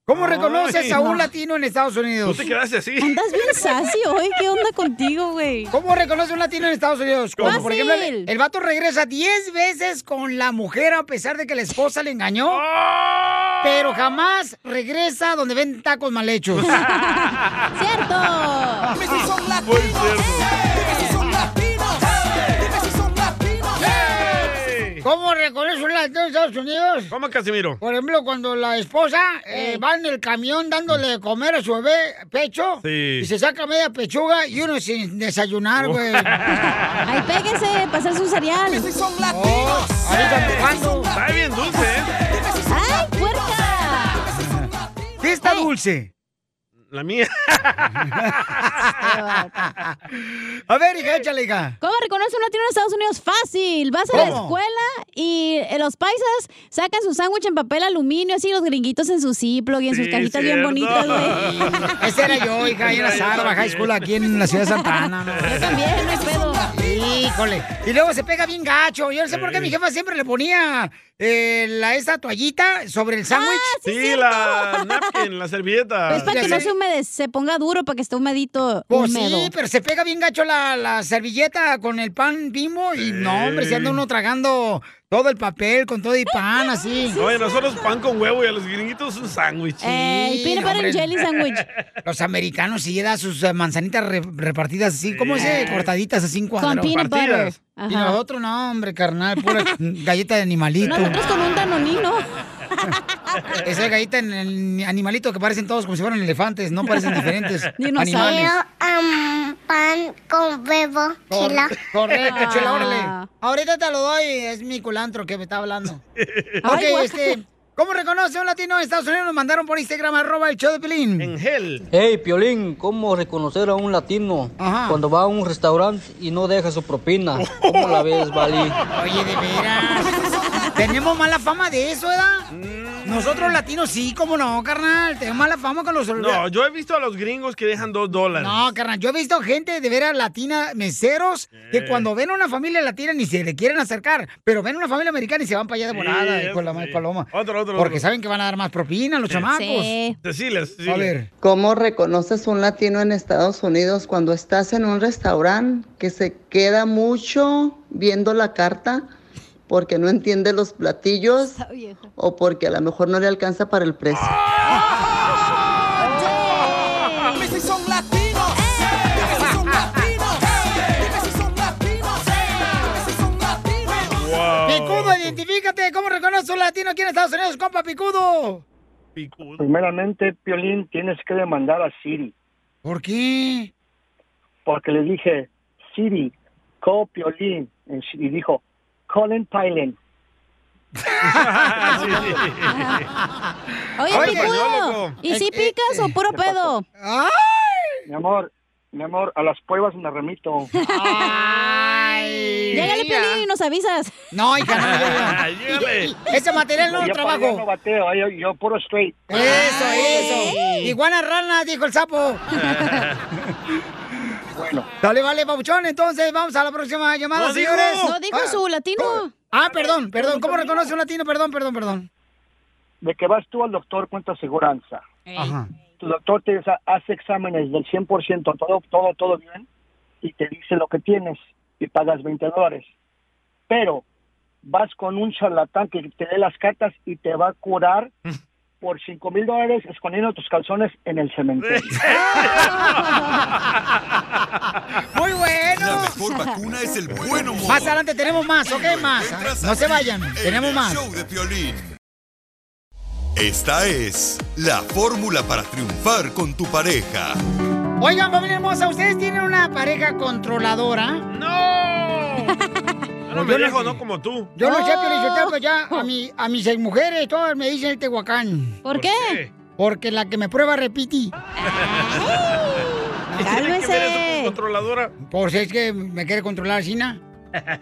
Speaker 1: ¿Cómo
Speaker 3: Ay,
Speaker 1: reconoces a
Speaker 3: no.
Speaker 1: un latino en Estados Unidos?
Speaker 3: Tú te quedaste así.
Speaker 2: Andas bien sassy hoy, ¿qué onda contigo, güey?
Speaker 1: ¿Cómo reconoce un latino en Estados Unidos? Como, por
Speaker 2: Fácil.
Speaker 1: ejemplo, el, el vato regresa 10 veces con la mujer a pesar de que la esposa le engañó.
Speaker 3: ¡Oh!
Speaker 1: Pero jamás regresa donde ven tacos mal hechos.
Speaker 2: ¡Cierto!
Speaker 11: Dime si son latinos. Dime si son latinos. Dime si son latinos.
Speaker 1: ¿Cómo reconoce un latino en Estados Unidos?
Speaker 3: ¿Cómo, Casimiro?
Speaker 1: Por ejemplo, cuando la esposa eh, va en el camión dándole de comer a su bebé pecho
Speaker 3: Sí. Oh.
Speaker 1: y se saca media pechuga y uno sin desayunar, güey.
Speaker 2: Ahí péguese, pasar su cereal.
Speaker 11: Dime si son
Speaker 1: Oh,
Speaker 11: latinos.
Speaker 3: Está bien dulce, ¿eh?
Speaker 2: ¡Ay, puerca!
Speaker 1: ¿Qué está dulce?
Speaker 3: La mía.
Speaker 1: A ver, hija, échale, hija.
Speaker 2: ¿Cómo reconoce un latino en Estados Unidos? Fácil. Vas a la
Speaker 1: ¿Cómo?
Speaker 2: escuela y eh, los paisas sacan su sándwich en papel aluminio, así los gringuitos en su Ziploc y en sus
Speaker 1: Sí,
Speaker 2: cajitas bien
Speaker 1: cierto.
Speaker 2: bonitas, güey.
Speaker 1: Esa era yo, hija, yo en la
Speaker 2: Yo
Speaker 1: Zarba High School aquí en la ciudad de Santana. Yo
Speaker 2: también, no hay pedo.
Speaker 1: Híjole. Y luego se pega bien gacho. Yo no sé por qué mi jefa siempre le ponía eh, la, esa toallita sobre
Speaker 2: Ah,
Speaker 1: el sándwich.
Speaker 3: Sí, la napkin, la servilleta.
Speaker 2: Es Pues para que no se humede, se ponga duro para que esté humedito.
Speaker 1: Pues
Speaker 2: húmedo.
Speaker 1: sí, pero se pega bien gacho la, la servilleta con el pan bimbo y no, hombre, se anda uno tragando todo el papel con todo y pan así.
Speaker 3: Oye, nosotros pan con huevo y a los gringuitos un sándwich.
Speaker 1: Sí, hombre. Los americanos sí da sus eh, manzanitas re- repartidas así, ¿cómo se
Speaker 2: Sí.
Speaker 1: cortaditas así en cuadros.
Speaker 2: peanut butter.
Speaker 1: Y
Speaker 2: Ajá.
Speaker 1: nosotros no, hombre, carnal, pura galleta de animalito.
Speaker 2: Nosotros con un danonino.
Speaker 1: Esa galleta en el animalito que parecen todos como si fueran elefantes, no parecen diferentes
Speaker 2: Dinosaurios.
Speaker 1: animales.
Speaker 10: Pero, am,
Speaker 1: pan con huevo,
Speaker 23: chela.
Speaker 1: Correcto, chela,
Speaker 23: Ah.
Speaker 1: órale. Ahorita te lo doy, es mi culantro que me está hablando. ok,
Speaker 23: guácala.
Speaker 1: este, ¿cómo reconoce un latino de Estados Unidos? Nos mandaron por Instagram, arroba el show de Pelín. En
Speaker 3: gel.
Speaker 24: Hey, Piolín, ¿cómo reconocer a un latino cuando va a un restaurante y no deja su propina? ¿Cómo la ves, Bali?
Speaker 1: Oye, de veras. Tenemos mala fama de eso, ¿verdad?
Speaker 3: Mm.
Speaker 1: Nosotros latinos sí, cómo no, carnal. Tenemos mala fama con los
Speaker 3: No, yo he visto a los gringos que dejan dos dólares.
Speaker 1: No, carnal, yo he visto gente de veras latina, meseros, que
Speaker 3: Eh.
Speaker 1: cuando ven a una familia latina ni se le quieren acercar, pero ven a una familia americana y se van para allá de
Speaker 3: Sí,
Speaker 1: volada,
Speaker 3: eso
Speaker 1: con la
Speaker 3: sí.
Speaker 1: paloma.
Speaker 3: Otro, otro.
Speaker 1: Porque
Speaker 3: otro.
Speaker 1: saben que van a dar más propina los chamacos.
Speaker 3: Deciles,
Speaker 1: A ver.
Speaker 18: ¿Cómo reconoces un latino en Estados Unidos cuando estás en un restaurante que se queda mucho viendo la carta porque no entiende los platillos o porque a lo mejor no le alcanza para el precio?
Speaker 11: Dime si son latinos. Dime si son latinos. Dime si son latinos. Dime si son latinos.
Speaker 1: Picudo, identifícate, ¿cómo reconoce un latino aquí en Estados Unidos, compa Picudo?
Speaker 25: Primeramente, Piolín, tienes que demandar a Siri.
Speaker 1: ¿Por qué?
Speaker 25: Porque le dije, Siri, call Piolín. Y Siri dijo, Colin Pilen.
Speaker 2: Oye,
Speaker 25: Oye,
Speaker 2: picudo.
Speaker 25: loco.
Speaker 2: ¿Y si
Speaker 25: Eh, eh,
Speaker 2: picas o puro pedo?
Speaker 25: Mi amor, mi amor, a las pruebas me remito.
Speaker 2: Llegale, Piolín, y nos avisas.
Speaker 1: No, hija, Ese material no
Speaker 25: Yo
Speaker 1: lo
Speaker 25: para allá no
Speaker 1: trabajo.
Speaker 25: bateo, yo, yo puro straight.
Speaker 2: Ah.
Speaker 1: Eso,
Speaker 2: ¿Eh?
Speaker 1: eso. Iguana rana, dijo el sapo. Ah.
Speaker 25: bueno.
Speaker 1: Dale, vale, papuchón. Entonces, vamos a la próxima llamada,
Speaker 2: No dijo.
Speaker 1: señores.
Speaker 2: No dijo
Speaker 1: Ah,
Speaker 2: su latino.
Speaker 1: ¿cómo? Ah, perdón, perdón. ¿Cómo reconoce un latino? Perdón, perdón, perdón.
Speaker 25: de que vas tú al doctor con tu aseguranza.
Speaker 1: Ajá.
Speaker 25: Tu doctor te hace- hace exámenes del 100%, todo, todo, todo bien, y te dice lo que tienes y pagas 20 dólares. Pero vas con un charlatán que te dé las cartas y te va a curar por 5 mil dólares escondiendo tus calzones en el cementerio.
Speaker 1: Muy bueno.
Speaker 6: La mejor vacuna es el buen humor.
Speaker 1: Más adelante tenemos más, ¿ok? Más. No se vayan. Tenemos más.
Speaker 6: Show de Piolín. Esta es la fórmula para triunfar con tu pareja.
Speaker 1: Oigan, familia hermosa, ¿ustedes tienen una pareja controladora? ¡No!
Speaker 3: No me dejo, no como tú.
Speaker 1: Yo no sé, pero yo tengo ya a, mi, a mis mujeres, todas me dicen el Tehuacán.
Speaker 3: ¿Por qué?
Speaker 1: Porque la que me prueba repiti.
Speaker 3: ¿Qué tiene que ver eso con controladora?
Speaker 1: Pues es que me quiere controlar China.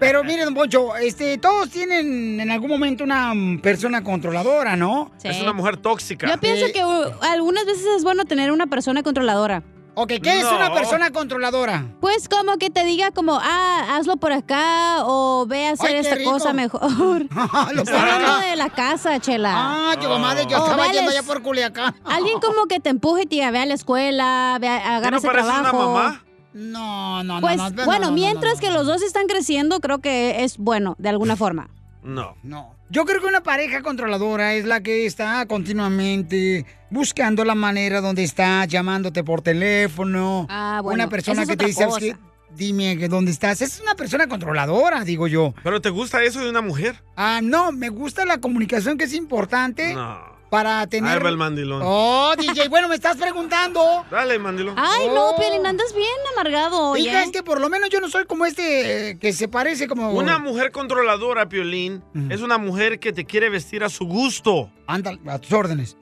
Speaker 1: Pero miren, don Poncho, este, todos tienen en algún momento una mm, persona controladora, ¿no?
Speaker 2: Sí. Es una mujer
Speaker 3: tóxica.
Speaker 2: Yo pienso que uh, algunas veces es bueno tener una persona controladora.
Speaker 1: Ok, ¿qué es una persona controladora?
Speaker 2: Pues como que te diga como, ah, hazlo por acá o ve a hacer
Speaker 1: Ay, qué
Speaker 2: esta
Speaker 1: rico.
Speaker 2: cosa mejor.
Speaker 1: Hazlo por
Speaker 2: Saliendo
Speaker 1: acá.
Speaker 2: de la casa, chela.
Speaker 1: Ah, yo, comadre, yo estaba yendo allá por Culiacán.
Speaker 2: Alguien como que te empuje y te diga, ve a la escuela, ve a, agarra ese trabajo.
Speaker 1: No, no, no,
Speaker 2: Pues
Speaker 1: no, no,
Speaker 2: bueno,
Speaker 1: no, no,
Speaker 2: mientras
Speaker 1: no,
Speaker 2: que los dos están creciendo, creo que es bueno, de alguna forma.
Speaker 3: No.
Speaker 1: No. Yo creo que una pareja controladora es la que está continuamente buscando la manera donde está, llamándote por teléfono.
Speaker 2: Ah, bueno,
Speaker 1: Una
Speaker 2: esa
Speaker 1: persona
Speaker 2: es
Speaker 1: que te
Speaker 2: otra
Speaker 1: dice,
Speaker 2: cosa.
Speaker 1: "¿Sabes qué? dime que dónde estás. Es una persona controladora, digo yo.
Speaker 3: ¿Pero te gusta eso de una mujer?
Speaker 1: Ah, no, me gusta la comunicación que es importante
Speaker 3: No.
Speaker 1: para tener...
Speaker 3: Ahí va el mandilón.
Speaker 1: Oh, DJ, bueno, me estás preguntando.
Speaker 3: Dale, mandilón.
Speaker 2: Ay,
Speaker 1: Oh.
Speaker 2: no, Piolín, andas bien amargado hoy,
Speaker 1: Diga,
Speaker 2: ¿eh?
Speaker 1: es que por lo menos yo no soy como este eh, que se parece como...
Speaker 3: Una mujer controladora, Piolín, es una mujer que te quiere vestir a su gusto.
Speaker 1: Ándale, a tus órdenes.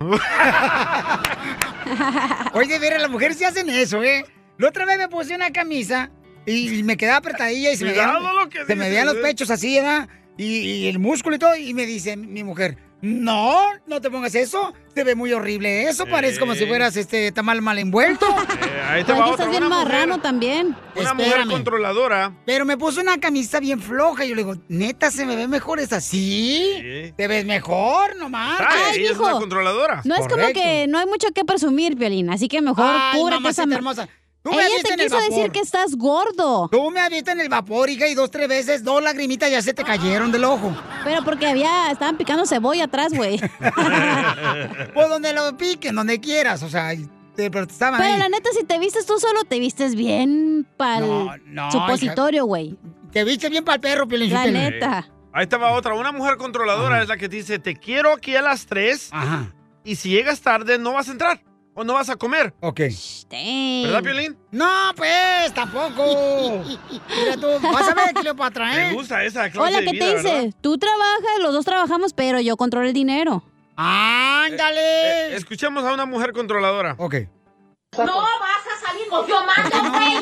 Speaker 1: Oye, de veras, las mujeres sí hacen eso, ¿eh? La otra vez me puse una camisa y, y me quedaba apretadilla y se, me
Speaker 3: Cuidado
Speaker 1: veían,
Speaker 3: lo que
Speaker 1: se me
Speaker 3: dices,
Speaker 1: veían los
Speaker 3: ¿eh?
Speaker 1: pechos así, ¿verdad? Y, y el músculo y todo. Y me dice mi mujer, no, no te pongas eso. Te ve muy horrible eso. Parece como si
Speaker 3: Eh.
Speaker 1: fueras este tamal mal envuelto.
Speaker 3: ahí te Ay, va que otra, estás bien una mujer- marrano
Speaker 2: también.
Speaker 3: Una mujer controladora.
Speaker 1: Pero me puso una camisa bien floja. Y yo le digo, neta, se me ve mejor es así. Te ves mejor, nomás.
Speaker 3: Ay, Ay, ella es una hijo. controladora.
Speaker 2: No es como
Speaker 1: Correcto.
Speaker 2: que no hay mucho que presumir, Piolín, así que mejor
Speaker 1: Ay,
Speaker 2: cúrate
Speaker 1: mamacita
Speaker 2: esa ma-
Speaker 1: hermosa. Tú me
Speaker 2: Ella te
Speaker 1: viste en el
Speaker 2: quiso decir
Speaker 1: vapor.
Speaker 2: que estás gordo.
Speaker 1: Tú me avienta en el vapor, hija, y dos, tres veces, dos lagrimitas ya se te cayeron del ojo.
Speaker 2: Pero porque había, estaban picando cebolla atrás, güey.
Speaker 1: Pues donde lo piquen, donde quieras, o sea, y te, pero te estaban
Speaker 2: Pero
Speaker 1: ahí.
Speaker 2: la neta, si te vistes tú solo, te vistes bien para el
Speaker 3: no,
Speaker 2: supositorio, güey.
Speaker 1: Te viste bien para el perro, Piolín.
Speaker 2: La
Speaker 3: Sotelo.
Speaker 2: neta.
Speaker 3: Ahí estaba otra. Una mujer controladora es la que te dice, te quiero aquí a las 3.
Speaker 1: Ajá.
Speaker 3: Y si llegas tarde, no vas a entrar. o no vas a comer.
Speaker 1: Ok.
Speaker 3: ¿Verdad, Piolín?
Speaker 1: No, pues, tampoco. Mira tú, vas a ver Cleopatra, ¿eh?
Speaker 3: Me gusta esa clase
Speaker 2: Hola,
Speaker 3: de
Speaker 2: ¿qué
Speaker 3: vida,
Speaker 2: te dice?
Speaker 3: ¿verdad?
Speaker 2: Tú trabajas, los dos trabajamos, pero yo controlo el dinero.
Speaker 1: ¡Ándale!
Speaker 3: Eh, escuchemos a una mujer controladora.
Speaker 1: Ok.
Speaker 5: No vas a salir, con- yo mando, güey.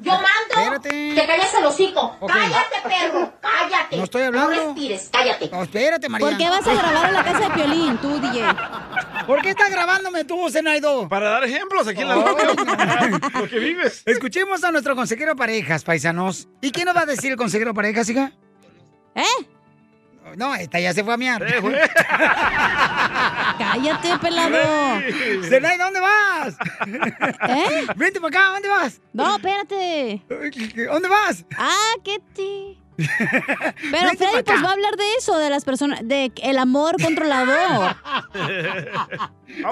Speaker 5: Yo mando. Te calles el hocico.
Speaker 1: Ok.
Speaker 5: Cállate, perro. Cállate.
Speaker 1: No estoy hablando.
Speaker 5: No respires, cállate.
Speaker 1: No, espérate, María.
Speaker 5: ¿Por qué vas a grabar en la casa de
Speaker 2: Piolín, tú, DJ?
Speaker 1: ¿Por qué estás grabándome tú, Zenaido?
Speaker 3: Para dar ejemplos aquí en la Lo que vives.
Speaker 1: Escuchemos a nuestro consejero parejas, paisanos. ¿Y qué nos va a decir el consejero parejas, hija?
Speaker 2: ¿Eh?
Speaker 1: No, esta ya se fue a miar.
Speaker 2: Cállate, pelado.
Speaker 1: Zenaido, ¿dónde vas?
Speaker 2: ¿Eh?
Speaker 1: Vente para acá, ¿dónde vas?
Speaker 2: No, espérate.
Speaker 1: ¿Dónde vas?
Speaker 2: Ah, Ketty. Pero
Speaker 1: Vente pa'
Speaker 2: Freddy, pues
Speaker 1: acá.
Speaker 2: va a hablar de eso, de las personas, de el amor controlador.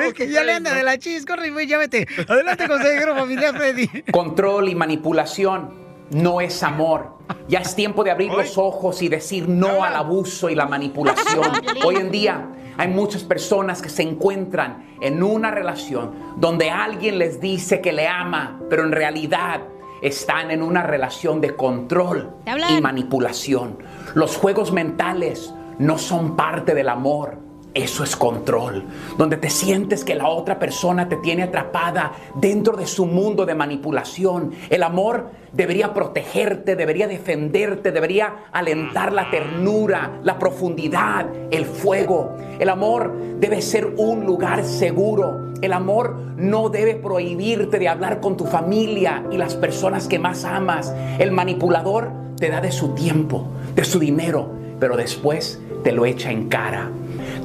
Speaker 1: es que ya le anda de la chis, corre, güey, ya vete. Adelante, consejero familiar Freddy.
Speaker 8: Control y manipulación no es amor. Ya es tiempo de abrir los ojos y decir no al abuso y la manipulación. Hoy en día hay muchas personas que se encuentran en una relación donde alguien les dice que le ama, pero en realidad están en una relación de control
Speaker 2: Te hablan.
Speaker 8: y manipulación. Los juegos mentales no son parte del amor. Eso es control, donde te sientes que la otra persona te tiene atrapada dentro de su mundo de manipulación. El amor debería protegerte, debería defenderte, debería alentar la ternura, la profundidad, el fuego. El amor debe ser un lugar seguro. El amor no debe prohibirte de hablar con tu familia y las personas que más amas. El manipulador te da de su tiempo, de su dinero, pero después te lo echa en cara.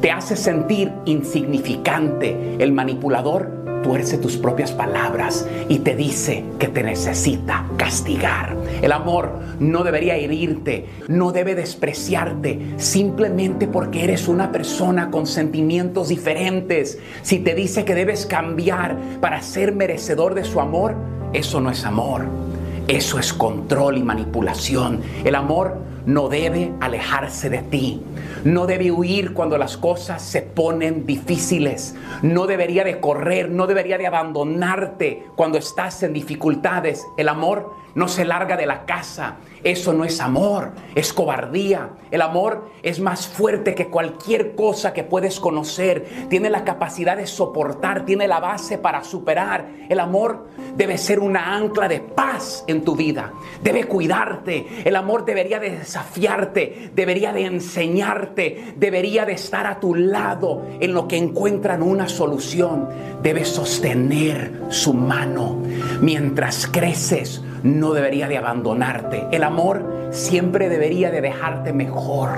Speaker 8: Te hace sentir insignificante. El manipulador tuerce tus propias palabras y te dice que te necesita castigar. El amor no debería herirte, no debe despreciarte, simplemente porque eres una persona con sentimientos diferentes. Si te dice que debes cambiar para ser merecedor de su amor, eso no es amor. Eso es control y manipulación. El amor no debe alejarse de ti. No debe huir cuando las cosas se ponen difíciles. No debería de correr, no debería de abandonarte cuando estás en dificultades. El amor no se larga de la casa. Eso no es amor, es cobardía. El amor es más fuerte que cualquier cosa que puedes conocer. Tiene la capacidad de soportar, tiene la base para superar. El amor debe ser una ancla de paz en tu vida. Debe cuidarte. El amor debería de desafiarte, debería de enseñarte, debería de estar a tu lado en lo que encuentran una solución. Debe sostener su mano mientras creces no debería de abandonarte. El amor siempre debería de dejarte mejor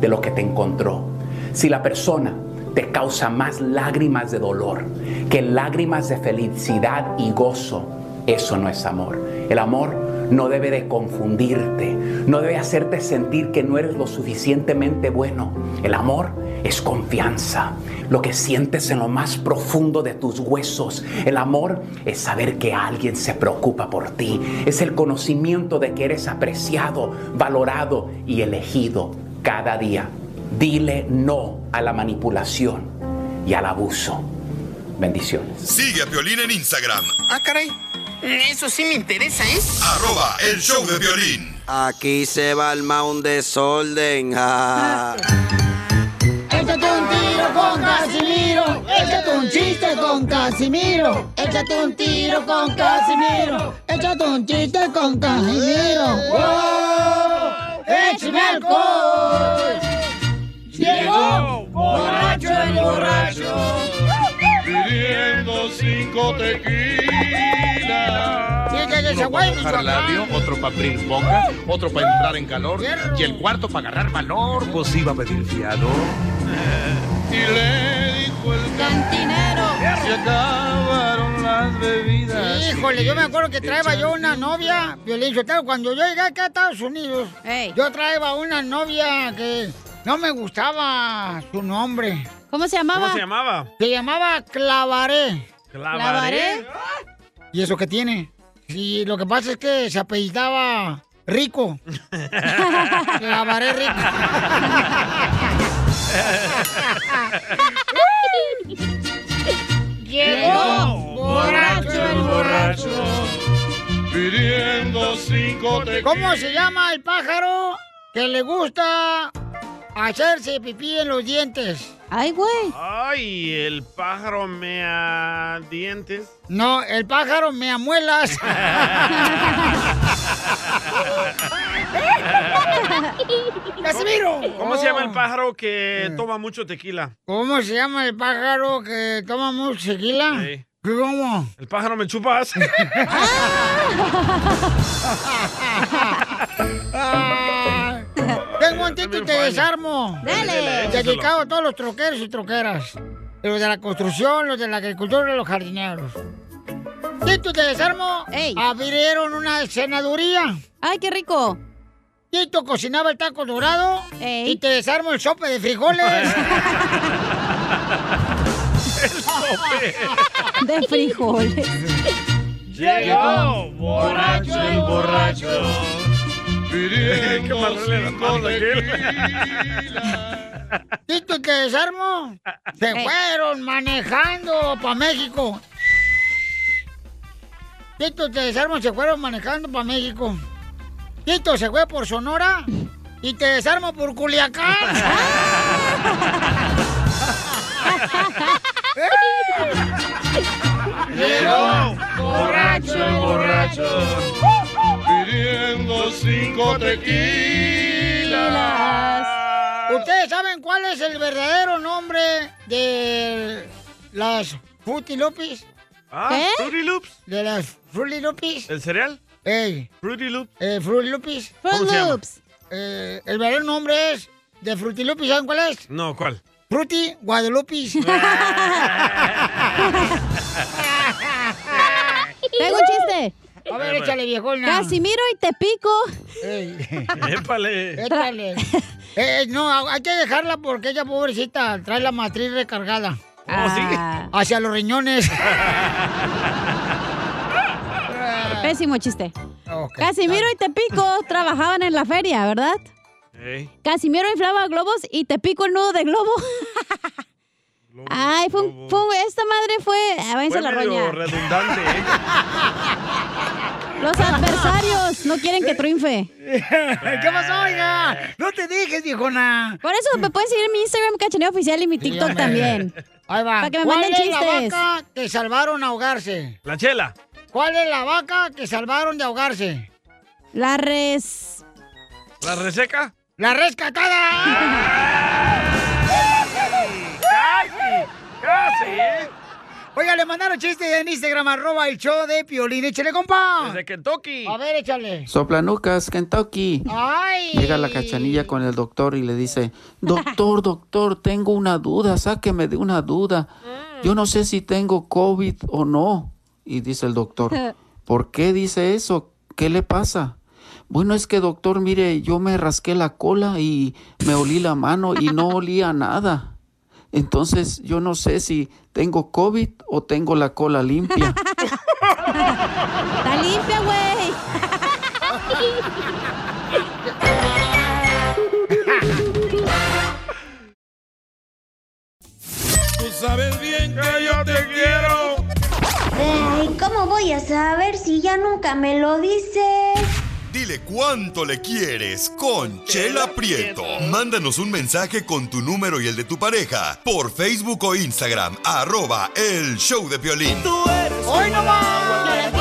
Speaker 8: de lo que te encontró. Si la persona te causa más lágrimas de dolor que lágrimas de felicidad y gozo, eso no es amor. El amor no debe de confundirte, no debe hacerte sentir que no eres lo suficientemente bueno. El amor es confianza, lo que sientes en lo más profundo de tus huesos. El amor es saber que alguien se preocupa por ti, es el conocimiento de que eres apreciado, valorado y elegido cada día. Dile no a la manipulación y al abuso. Bendiciones.
Speaker 6: Sigue a Piolín en Instagram,
Speaker 24: Ah, caray. Eso sí me interesa, ¿eh?
Speaker 6: arroba el show de violín.
Speaker 26: Aquí se va el un desorden. ja.
Speaker 1: Échate un tiro con Casimiro. Échate un chiste con Casimiro. Échate un tiro con Casimiro. Échate un chiste con Casimiro. ¡Eh, ¡Wow! ¡Échame alcohol! Llegó borracho el borracho.
Speaker 9: Pidiendo cinco tequilas.
Speaker 1: Sí, que de
Speaker 9: Uno
Speaker 1: Hawái,
Speaker 15: pues,
Speaker 9: para mojar
Speaker 1: Michoacán.
Speaker 9: labio, otro para abrir boca,
Speaker 15: ¡Uh!
Speaker 9: otro para entrar en calor
Speaker 1: Fierro.
Speaker 9: y el cuarto para agarrar valor, pues iba a pedir fiado. Y le dijo el
Speaker 1: cantinero.
Speaker 9: Se acabaron las bebidas.
Speaker 1: Híjole, yo me acuerdo que traeba yo una novia, Violín Sotelo, cuando yo llegué acá a Estados Unidos, yo traeba una novia que no me gustaba su nombre.
Speaker 2: ¿Cómo se llamaba?
Speaker 3: ¿Cómo se llamaba?
Speaker 1: Se llamaba Clavaré.
Speaker 3: ¿Clavaré?
Speaker 1: ¿Y eso qué tiene? Sí, lo que pasa es que se apellidaba Rico. Clavaré Rico. Llegó discotequín. ¿Cómo se llama el pájaro que le gusta hacerse pipí en los dientes? Ay, güey.
Speaker 3: Ay, el pájaro mea dientes.
Speaker 1: No, el pájaro me amuelas. ¡Casimiro!
Speaker 3: ¿Cómo se
Speaker 1: Oh.
Speaker 3: llama el pájaro
Speaker 1: Eh.
Speaker 3: que toma mucho tequila?
Speaker 1: ¿Cómo se llama el pájaro que toma mucho tequila?
Speaker 3: Sí.
Speaker 1: ¿Cómo?
Speaker 3: El pájaro me chupas.
Speaker 1: Ah, Tengo un tito y te desarmo.
Speaker 2: Dale.
Speaker 1: Dedicado a todos los troqueros y troqueras. Los de la construcción, los de la agricultura y los jardineros. Tito y te desarmo. Abrieron una cenaduría. ¡Ay, qué rico! Tito cocinaba el taco dorado y te desarmo el sope de frijoles.
Speaker 2: De frijoles.
Speaker 1: Llegó
Speaker 11: borracho el borracho.
Speaker 3: Qué marrón
Speaker 1: Tito y te desarmo. Se
Speaker 11: Ey.
Speaker 1: fueron manejando para México. Tito y te desarmo se fueron manejando para México. Tito se fue por Sonora y te desarmo por Culiacán.
Speaker 11: Llegó borracho el borracho. Pidiendo cinco tequilas.
Speaker 1: ¿Ustedes saben cuál es el verdadero nombre de las Fruity Loops?
Speaker 3: Ah, Fruity Loops.
Speaker 1: ¿De las Fruity Loops?
Speaker 3: ¿El cereal?
Speaker 1: Ey.
Speaker 3: Fruity Loops.
Speaker 1: Eh, Fruity Loops.
Speaker 3: ¿Cómo se llama? Loops.
Speaker 1: Eh, el verdadero nombre es de Fruity Loops, ¿saben cuál es?
Speaker 3: No, ¿cuál?
Speaker 1: Fruity Guadalupe.
Speaker 2: Tengo un chiste.
Speaker 1: A ver, échale, viejona.
Speaker 2: Casimiro y te pico.
Speaker 3: Épale.
Speaker 1: Échale. Eh, no, hay que dejarla porque ella, pobrecita, trae la matriz recargada.
Speaker 3: ¿Oh,
Speaker 2: Ah.
Speaker 1: Hacia los riñones.
Speaker 2: Pésimo chiste. Casimiro y Tepico trabajaban en la feria, ¿verdad? Casimiro inflaba globos y Tepico el nudo de globo. Ay, fue, un- fue un- esta madre fue... Ah, váyanse
Speaker 3: Fue
Speaker 2: a la
Speaker 3: medio
Speaker 2: roña.
Speaker 3: redundante, ¿eh?
Speaker 2: Los adversarios no quieren que triunfe.
Speaker 1: ¿Qué pasó, oiga? No te dejes, viejona.
Speaker 2: Por eso me pueden seguir en mi Instagram, cachaneo oficial, y mi TikTok
Speaker 1: hombre.
Speaker 2: también.
Speaker 1: Ahí va.
Speaker 2: Para que me
Speaker 1: ¿Cuál
Speaker 2: manden
Speaker 1: es
Speaker 2: chistes.
Speaker 1: la vaca que salvaron a ahogarse?
Speaker 3: La chela.
Speaker 1: ¿Cuál es la vaca que salvaron de ahogarse?
Speaker 2: La res...
Speaker 3: ¿La reseca?
Speaker 1: ¡La rescatada! ¡Casi! ¡Casi! Oiga, le mandaron chistes en Instagram, arroba el show de Piolín. ¡Échale, compa! Desde
Speaker 3: Kentucky.
Speaker 1: A ver, échale.
Speaker 17: Soplanucas, Kentucky.
Speaker 1: ¡Ay!
Speaker 17: Llega la cachanilla con el doctor y le dice, doctor, doctor, tengo una duda, sáqueme de una duda. Yo no sé si tengo COVID o no. Y dice el doctor, ¿por qué dice eso? ¿Qué le pasa? Bueno, es que doctor, mire, yo me rasqué la cola y me olí la mano y no olía nada. Entonces yo no sé si tengo COVID o tengo la cola limpia.
Speaker 2: Está limpia, güey.
Speaker 11: Tú sabes bien que yo te quiero.
Speaker 10: Ay, Eh, ¿cómo voy a saber si ya nunca me lo dice?
Speaker 6: Dile cuánto le quieres con Chela Prieto. Mándanos un mensaje con tu número y el de tu pareja por Facebook o Instagram, arroba el show de violín.
Speaker 1: ¡Hoy no más!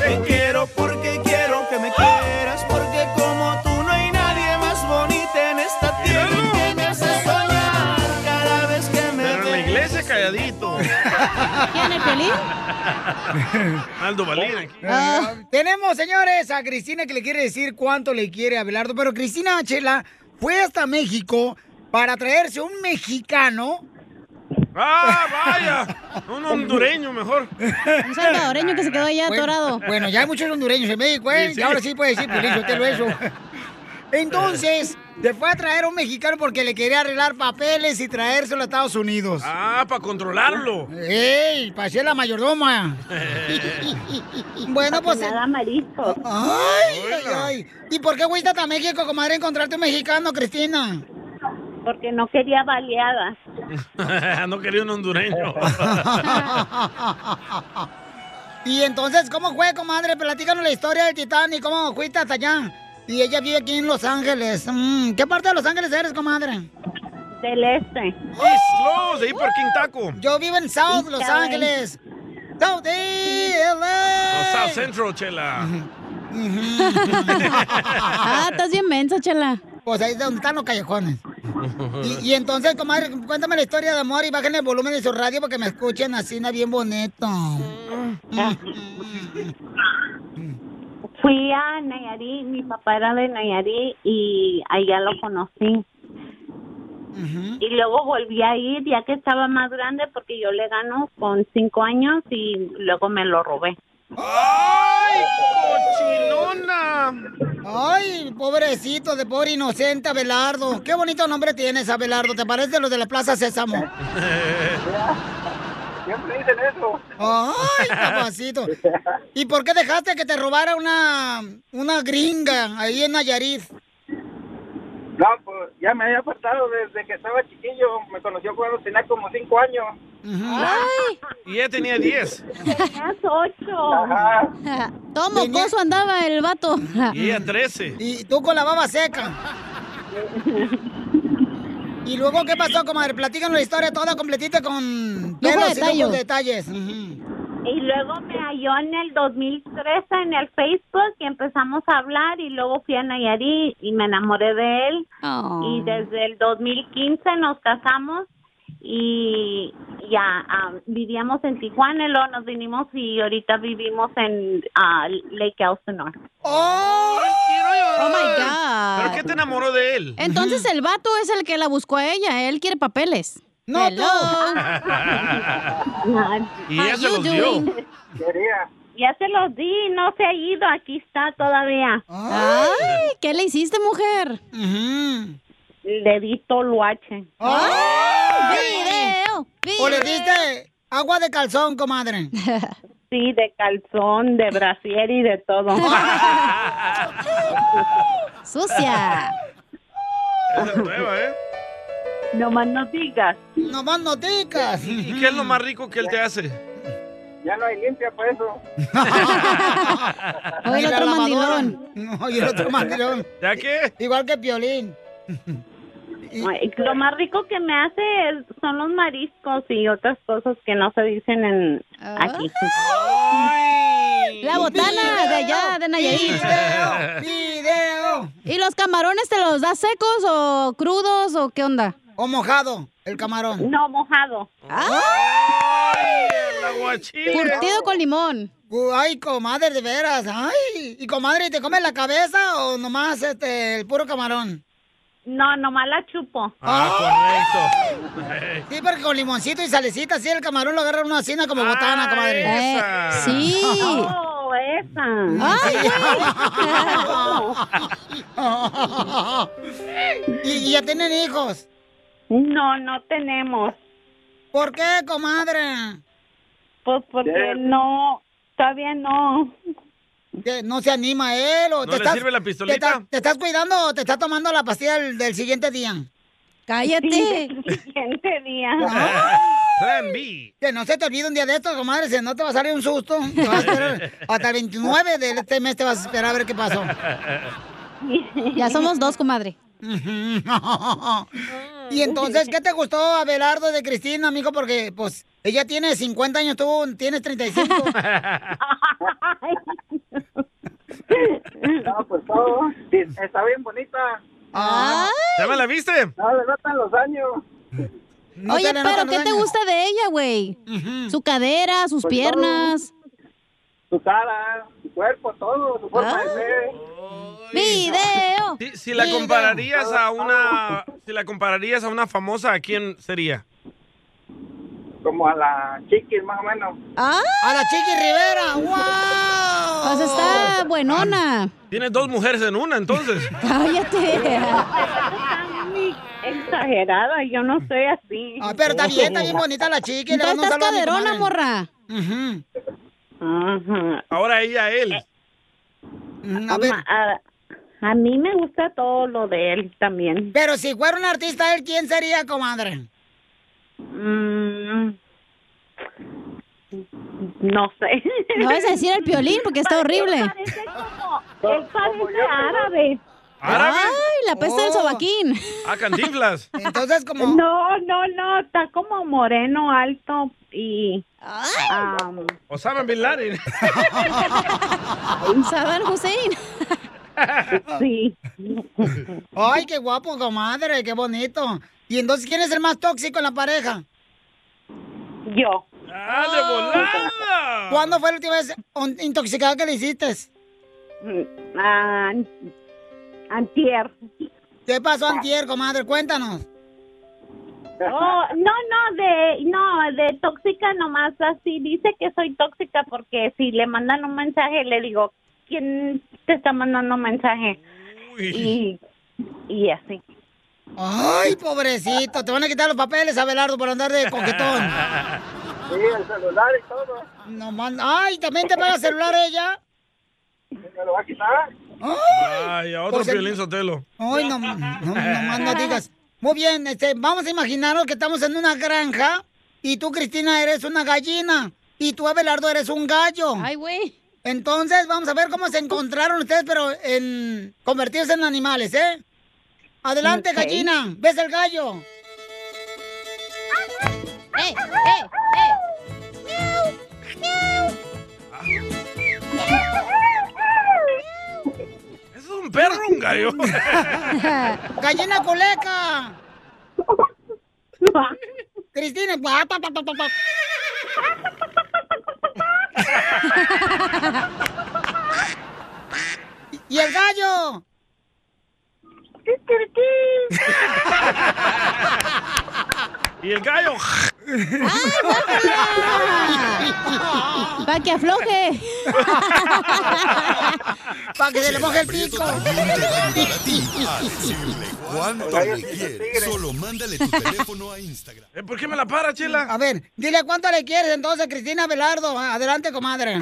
Speaker 11: Te quiero porque quiero que me quieras, porque como tú no hay nadie más bonita en esta tierra que me hace soñar cada vez que me
Speaker 3: Pero en la iglesia calladito.
Speaker 2: ¿Quién el Piolín?
Speaker 3: Aldo Balín aquí.
Speaker 1: Oh. Ah, tenemos, señores, a Cristina que le quiere decir cuánto le quiere a Abelardo. Pero Cristina Chela fue hasta México para traerse un mexicano.
Speaker 3: ¡Ah, vaya! Un hondureño mejor.
Speaker 1: Un
Speaker 2: salvadoreño que se quedó allá atorado.
Speaker 1: Bueno, ya hay muchos hondureños en México, ¿eh?
Speaker 2: Sí, sí.
Speaker 1: Y Ahora sí puede decir, Piolín, yo te lo eso. Entonces, le fue a traer a un mexicano porque le quería arreglar papeles y traérselo a Estados Unidos.
Speaker 3: Ah, para controlarlo.
Speaker 1: ¡Ey! Pasé la mayordoma. Bueno, pues. Nada marisco. Ay, ay, ay. ¿Y por qué fuiste hasta México, comadre, a encontrarte un mexicano, Cristina?
Speaker 12: Porque no quería baleadas.
Speaker 3: no quería un hondureño.
Speaker 1: Y entonces, ¿cómo fue, comadre? Platícanos la historia del Titanic, ¿cómo fuiste hasta allá? Y ella vive aquí en Los Ángeles. Mm, ¿Qué parte de Los Ángeles eres, comadre?
Speaker 12: Del este.
Speaker 3: East Los, ahí por King Taco.
Speaker 1: Yo vivo en South
Speaker 3: East
Speaker 1: Los
Speaker 3: LA.
Speaker 1: Ángeles. South E. LA.
Speaker 3: No, South Central, chela.
Speaker 1: ah, estás bien mensa, chela. Pues ahí es donde están los callejones. Y, y entonces, comadre, cuéntame la historia de amor y bajen el volumen de su radio para que me escuchen así, na, bien bonito.
Speaker 11: Ah,
Speaker 12: Fui a Nayarit, mi papá era de Nayarit y allá lo conocí. Y luego volví a ir ya que estaba más grande porque yo le ganó con cinco años y luego me lo robé.
Speaker 1: ¡Ay, cochinona! ¡Ay, pobrecito de pobre inocente Abelardo! ¡Qué bonito nombre tienes, Abelardo! ¿Te parece a los de la Plaza Sésamo?
Speaker 4: Siempre dicen eso.
Speaker 1: ¡Ay, papacito! ¿Y por qué dejaste que te robara una, una gringa ahí en Nayarit?
Speaker 27: No, pues ya me había apartado desde que estaba chiquillo. Me conoció cuando tenía como 5 años. este-
Speaker 3: Y ya tenía 10.
Speaker 12: Tenías ocho.
Speaker 2: Todo mocoso andaba el vato.
Speaker 3: Y ella 13.
Speaker 1: Y tú con la baba seca. ¿Y luego qué pasó, comadre? Platícanos la historia toda completita con
Speaker 12: de
Speaker 1: pelos y lujo
Speaker 12: detalles.
Speaker 1: de detalles.
Speaker 12: Y luego me halló en el 2013 en el Facebook y empezamos a hablar y luego fui a Nayarit y me enamoré de él.
Speaker 2: Oh.
Speaker 12: Y desde el 2015 nos casamos y ya ah, vivíamos en Tijuana, y luego nos vinimos y ahorita vivimos en ah, Lake Elsinore.
Speaker 1: ¡Oh!
Speaker 2: Oh my
Speaker 3: ¿Pero qué
Speaker 2: God.
Speaker 3: te enamoró de él?
Speaker 2: Entonces el vato es el que la buscó a ella. Él quiere papeles.
Speaker 1: No,
Speaker 2: Hello.
Speaker 3: y ella se los dio.
Speaker 12: Ya se los di, no se ha ido, aquí está todavía.
Speaker 2: Ay, ¿qué le hiciste, mujer?
Speaker 12: Le di toluache.
Speaker 2: ¡Video!
Speaker 1: ¿O le diste agua de calzón, comadre?
Speaker 12: Sí, de calzón, de brasier y de todo.
Speaker 2: Sucia.
Speaker 3: Esa es nueva, ¿eh?
Speaker 12: Nomás no digas.
Speaker 1: Nomás no digas.
Speaker 3: ¿Y qué es lo más rico que él te hace?
Speaker 27: Ya no hay limpia por eso.
Speaker 1: Ni
Speaker 27: el
Speaker 1: la
Speaker 27: otro
Speaker 1: lavadora.
Speaker 27: mandilón.
Speaker 1: No, y el otro mandilón.
Speaker 3: ¿Ya qué?
Speaker 1: Igual que Piolín.
Speaker 12: Ay, Lo más rico que me hace es- son los mariscos y otras cosas que no se dicen en
Speaker 1: Ah.
Speaker 12: aquí.
Speaker 2: La botana de allá, de Nayarit.
Speaker 12: Video,
Speaker 1: ¡Video!
Speaker 2: ¿Y los camarones te los das secos o crudos o qué onda?
Speaker 1: ¿O mojado el camarón?
Speaker 12: No, mojado.
Speaker 2: Curtido con limón.
Speaker 1: Ay, comadre, de veras. Ay, y comadre, ¿te comes la cabeza o nomás este, el puro camarón?
Speaker 12: No, nomás la chupo.
Speaker 3: Ah,
Speaker 1: Ah,
Speaker 3: correcto.
Speaker 1: Sí, porque con limoncito y salecita, así el camarón lo agarra una cena como
Speaker 3: Ah,
Speaker 1: botana, comadre. Eh,
Speaker 12: esa.
Speaker 1: sí.
Speaker 12: Oh, esa.
Speaker 1: ¿Y, y ya tienen hijos?
Speaker 12: No, no tenemos.
Speaker 1: ¿Por qué, comadre?
Speaker 12: Pues porque no, todavía no.
Speaker 1: ¿No se anima él o
Speaker 3: ¿No le sirve la pistolita?
Speaker 1: Te, estás- te estás cuidando o te estás tomando la pastilla del, del siguiente día?
Speaker 2: Cállate.
Speaker 12: Siguiente día.
Speaker 1: Ah.
Speaker 3: Plan B.
Speaker 1: Que no se te olvide un día de estos, comadre, si no te va a salir un susto. Te vas a esperar hasta el 29 de este mes te vas a esperar a ver qué pasó.
Speaker 2: Ya somos dos, comadre.
Speaker 1: y entonces, ¿qué te gustó, Abelardo, de Cristina, amigo? Porque, pues, ella tiene 50 años, tú tienes 35.
Speaker 27: No, pues todo. Sí, Está bien bonita.
Speaker 3: ¿Ya me la viste?
Speaker 27: No, le notan los años.
Speaker 2: Oye,
Speaker 27: te le notan los
Speaker 2: pero ¿qué te
Speaker 27: años.
Speaker 2: gusta de ella, güey? Su cadera, sus
Speaker 27: Pues
Speaker 2: piernas.
Speaker 27: Su cara, su cuerpo, todo, su
Speaker 2: Ah.
Speaker 27: forma de ser.
Speaker 2: ¡Video!
Speaker 3: Si, si la compararías a una si la compararías a una famosa, ¿a quién sería?
Speaker 27: Como a la chiquis, más o menos.
Speaker 1: ¡A la Chiqui Rivera! ¡Wow!
Speaker 2: ¡Ah! Pues está buenona.
Speaker 3: Tienes dos mujeres en una, entonces.
Speaker 2: Cállate.
Speaker 12: Exagerada, yo no soy así.
Speaker 1: Ah, pero está bien, está bien bonita la chica.
Speaker 12: Entonces estás caderona,
Speaker 2: morra.
Speaker 3: Ahora ella, él.
Speaker 1: A ver.
Speaker 12: A, a mí me gusta todo lo de él también.
Speaker 1: Pero si fuera un artista, ¿él quién sería, comadre?
Speaker 12: Mm, no sé.
Speaker 2: No vas a decir el piolín porque está horrible.
Speaker 12: Él parece árabe.
Speaker 2: ¿Árabe? Ay, la peste del
Speaker 12: Oh.
Speaker 2: sobaquín.
Speaker 3: Ah, cantinflas.
Speaker 1: Entonces, como.
Speaker 12: No, no, no. Está como moreno, alto y. am,
Speaker 3: Osama Bin Laden.
Speaker 2: Saddam Hussein.
Speaker 12: Sí.
Speaker 1: Ay, qué guapo, comadre, qué bonito. Y entonces, ¿quién es el más tóxico en la pareja?
Speaker 12: Yo.
Speaker 3: ¡Ah, de volada!
Speaker 1: ¿Cuándo fue la última vez on- intoxicada que le hiciste?
Speaker 27: Mm,
Speaker 12: antier.
Speaker 1: ¿Qué pasó antier, comadre? Cuéntanos.
Speaker 12: Oh, no, no, de, no, de tóxica nomás así. Dice que soy tóxica porque si le mandan un mensaje, le digo, ¿quién te está mandando un mensaje? Y, y así.
Speaker 1: Ay, pobrecito, te van a quitar los papeles, Abelardo, por andar de coquetón.
Speaker 27: Sí, el celular y todo.
Speaker 1: No man- Ay, ¿también te paga celular ella?
Speaker 27: ¿Me lo va a quitar?
Speaker 3: Ay, a otro
Speaker 1: Pues el-
Speaker 3: Piolín Sotelo.
Speaker 1: Ay, no, no, no, más no digas. Muy bien, este, vamos a imaginarnos que estamos en una granja y tú, Cristina, eres una gallina y tú, Abelardo, eres un gallo. Ay,
Speaker 2: güey.
Speaker 1: Entonces, vamos a ver cómo se encontraron ustedes, pero en convertirse en animales, ¿eh? Adelante,
Speaker 2: Ok.
Speaker 1: gallina, ves el gallo.
Speaker 2: ¡Eh, eh, eh!
Speaker 3: Es un perro, un gallo.
Speaker 1: Gallina coleca. Cristina, pa, pa, pa, pa, pa, pa. y el gallo.
Speaker 3: y el gallo.
Speaker 2: ¡Para que afloje!
Speaker 1: Para que se le moje el
Speaker 6: Prieto
Speaker 1: pico.
Speaker 6: también te va a ayudar a ti a decirle cuánto le quieres. Solo mándale tu teléfono a Instagram.
Speaker 3: Eh, ¿Por qué me la para, Chela?
Speaker 1: A ver, dile cuánto le quieres entonces, Cristina Velardo. Adelante, comadre.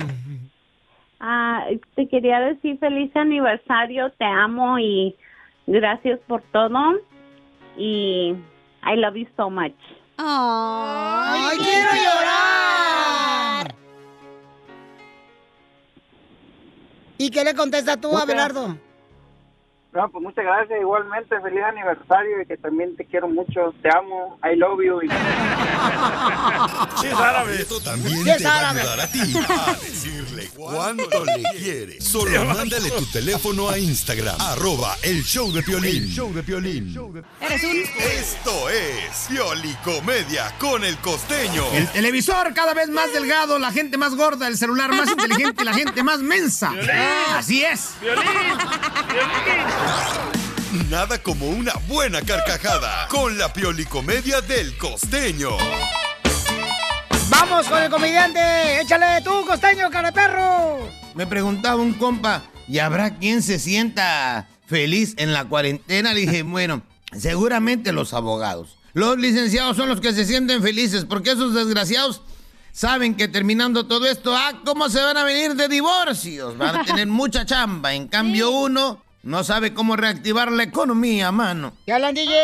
Speaker 12: Ah, te quería decir feliz aniversario, te amo y gracias por todo. Y I love you so much.
Speaker 2: ¡Ay,
Speaker 1: quiero llorar! ¿Y qué le contestas tú,
Speaker 27: Muchas-
Speaker 1: Abelardo?
Speaker 27: No, pues muchas gracias. Igualmente, feliz aniversario y que también te quiero mucho. Te amo. I love you. Y...
Speaker 3: Sí, es árabe.
Speaker 6: Prieto también
Speaker 27: Sí, es
Speaker 6: te va a
Speaker 27: árabe.
Speaker 6: ayudar a ti a decirle cuánto le quieres. Solo mándale tu teléfono a Instagram. Arroba el show de Piolín.
Speaker 15: El
Speaker 6: show de
Speaker 15: Eres un...
Speaker 6: Esto es Piolicomedia con el costeño.
Speaker 15: El televisor cada vez más delgado, la gente más gorda, el celular más inteligente, la gente más mensa. Así es.
Speaker 6: Nada como una buena carcajada con la Piolicomedia del costeño.
Speaker 1: Vamos con el comediante. Échale tú, costeño, cara de perro.
Speaker 15: Me preguntaba un compa, ¿y habrá quien se sienta feliz en la cuarentena? Le dije, bueno, seguramente los abogados. Los licenciados son los que se sienten felices, porque esos desgraciados saben que terminando todo esto, ah, ¿cómo se van a venir de divorcios? Van a tener mucha chamba. En cambio, uno no sabe cómo reactivar la economía, mano.
Speaker 1: Ya hablan, DJ.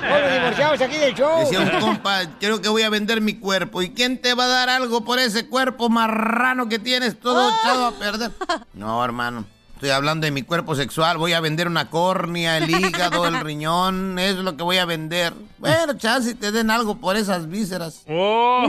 Speaker 1: Todos los divorciados aquí del show.
Speaker 15: Decía un compa, creo que voy a vender mi cuerpo. ¿Y quién te va a dar algo por ese cuerpo marrano que tienes todo echado a perder? No, hermano. Estoy hablando de mi cuerpo sexual. Voy a vender una córnea, el hígado, el riñón. Eso es lo que voy a vender. Bueno, chance te den algo por esas vísceras. ¡Oh,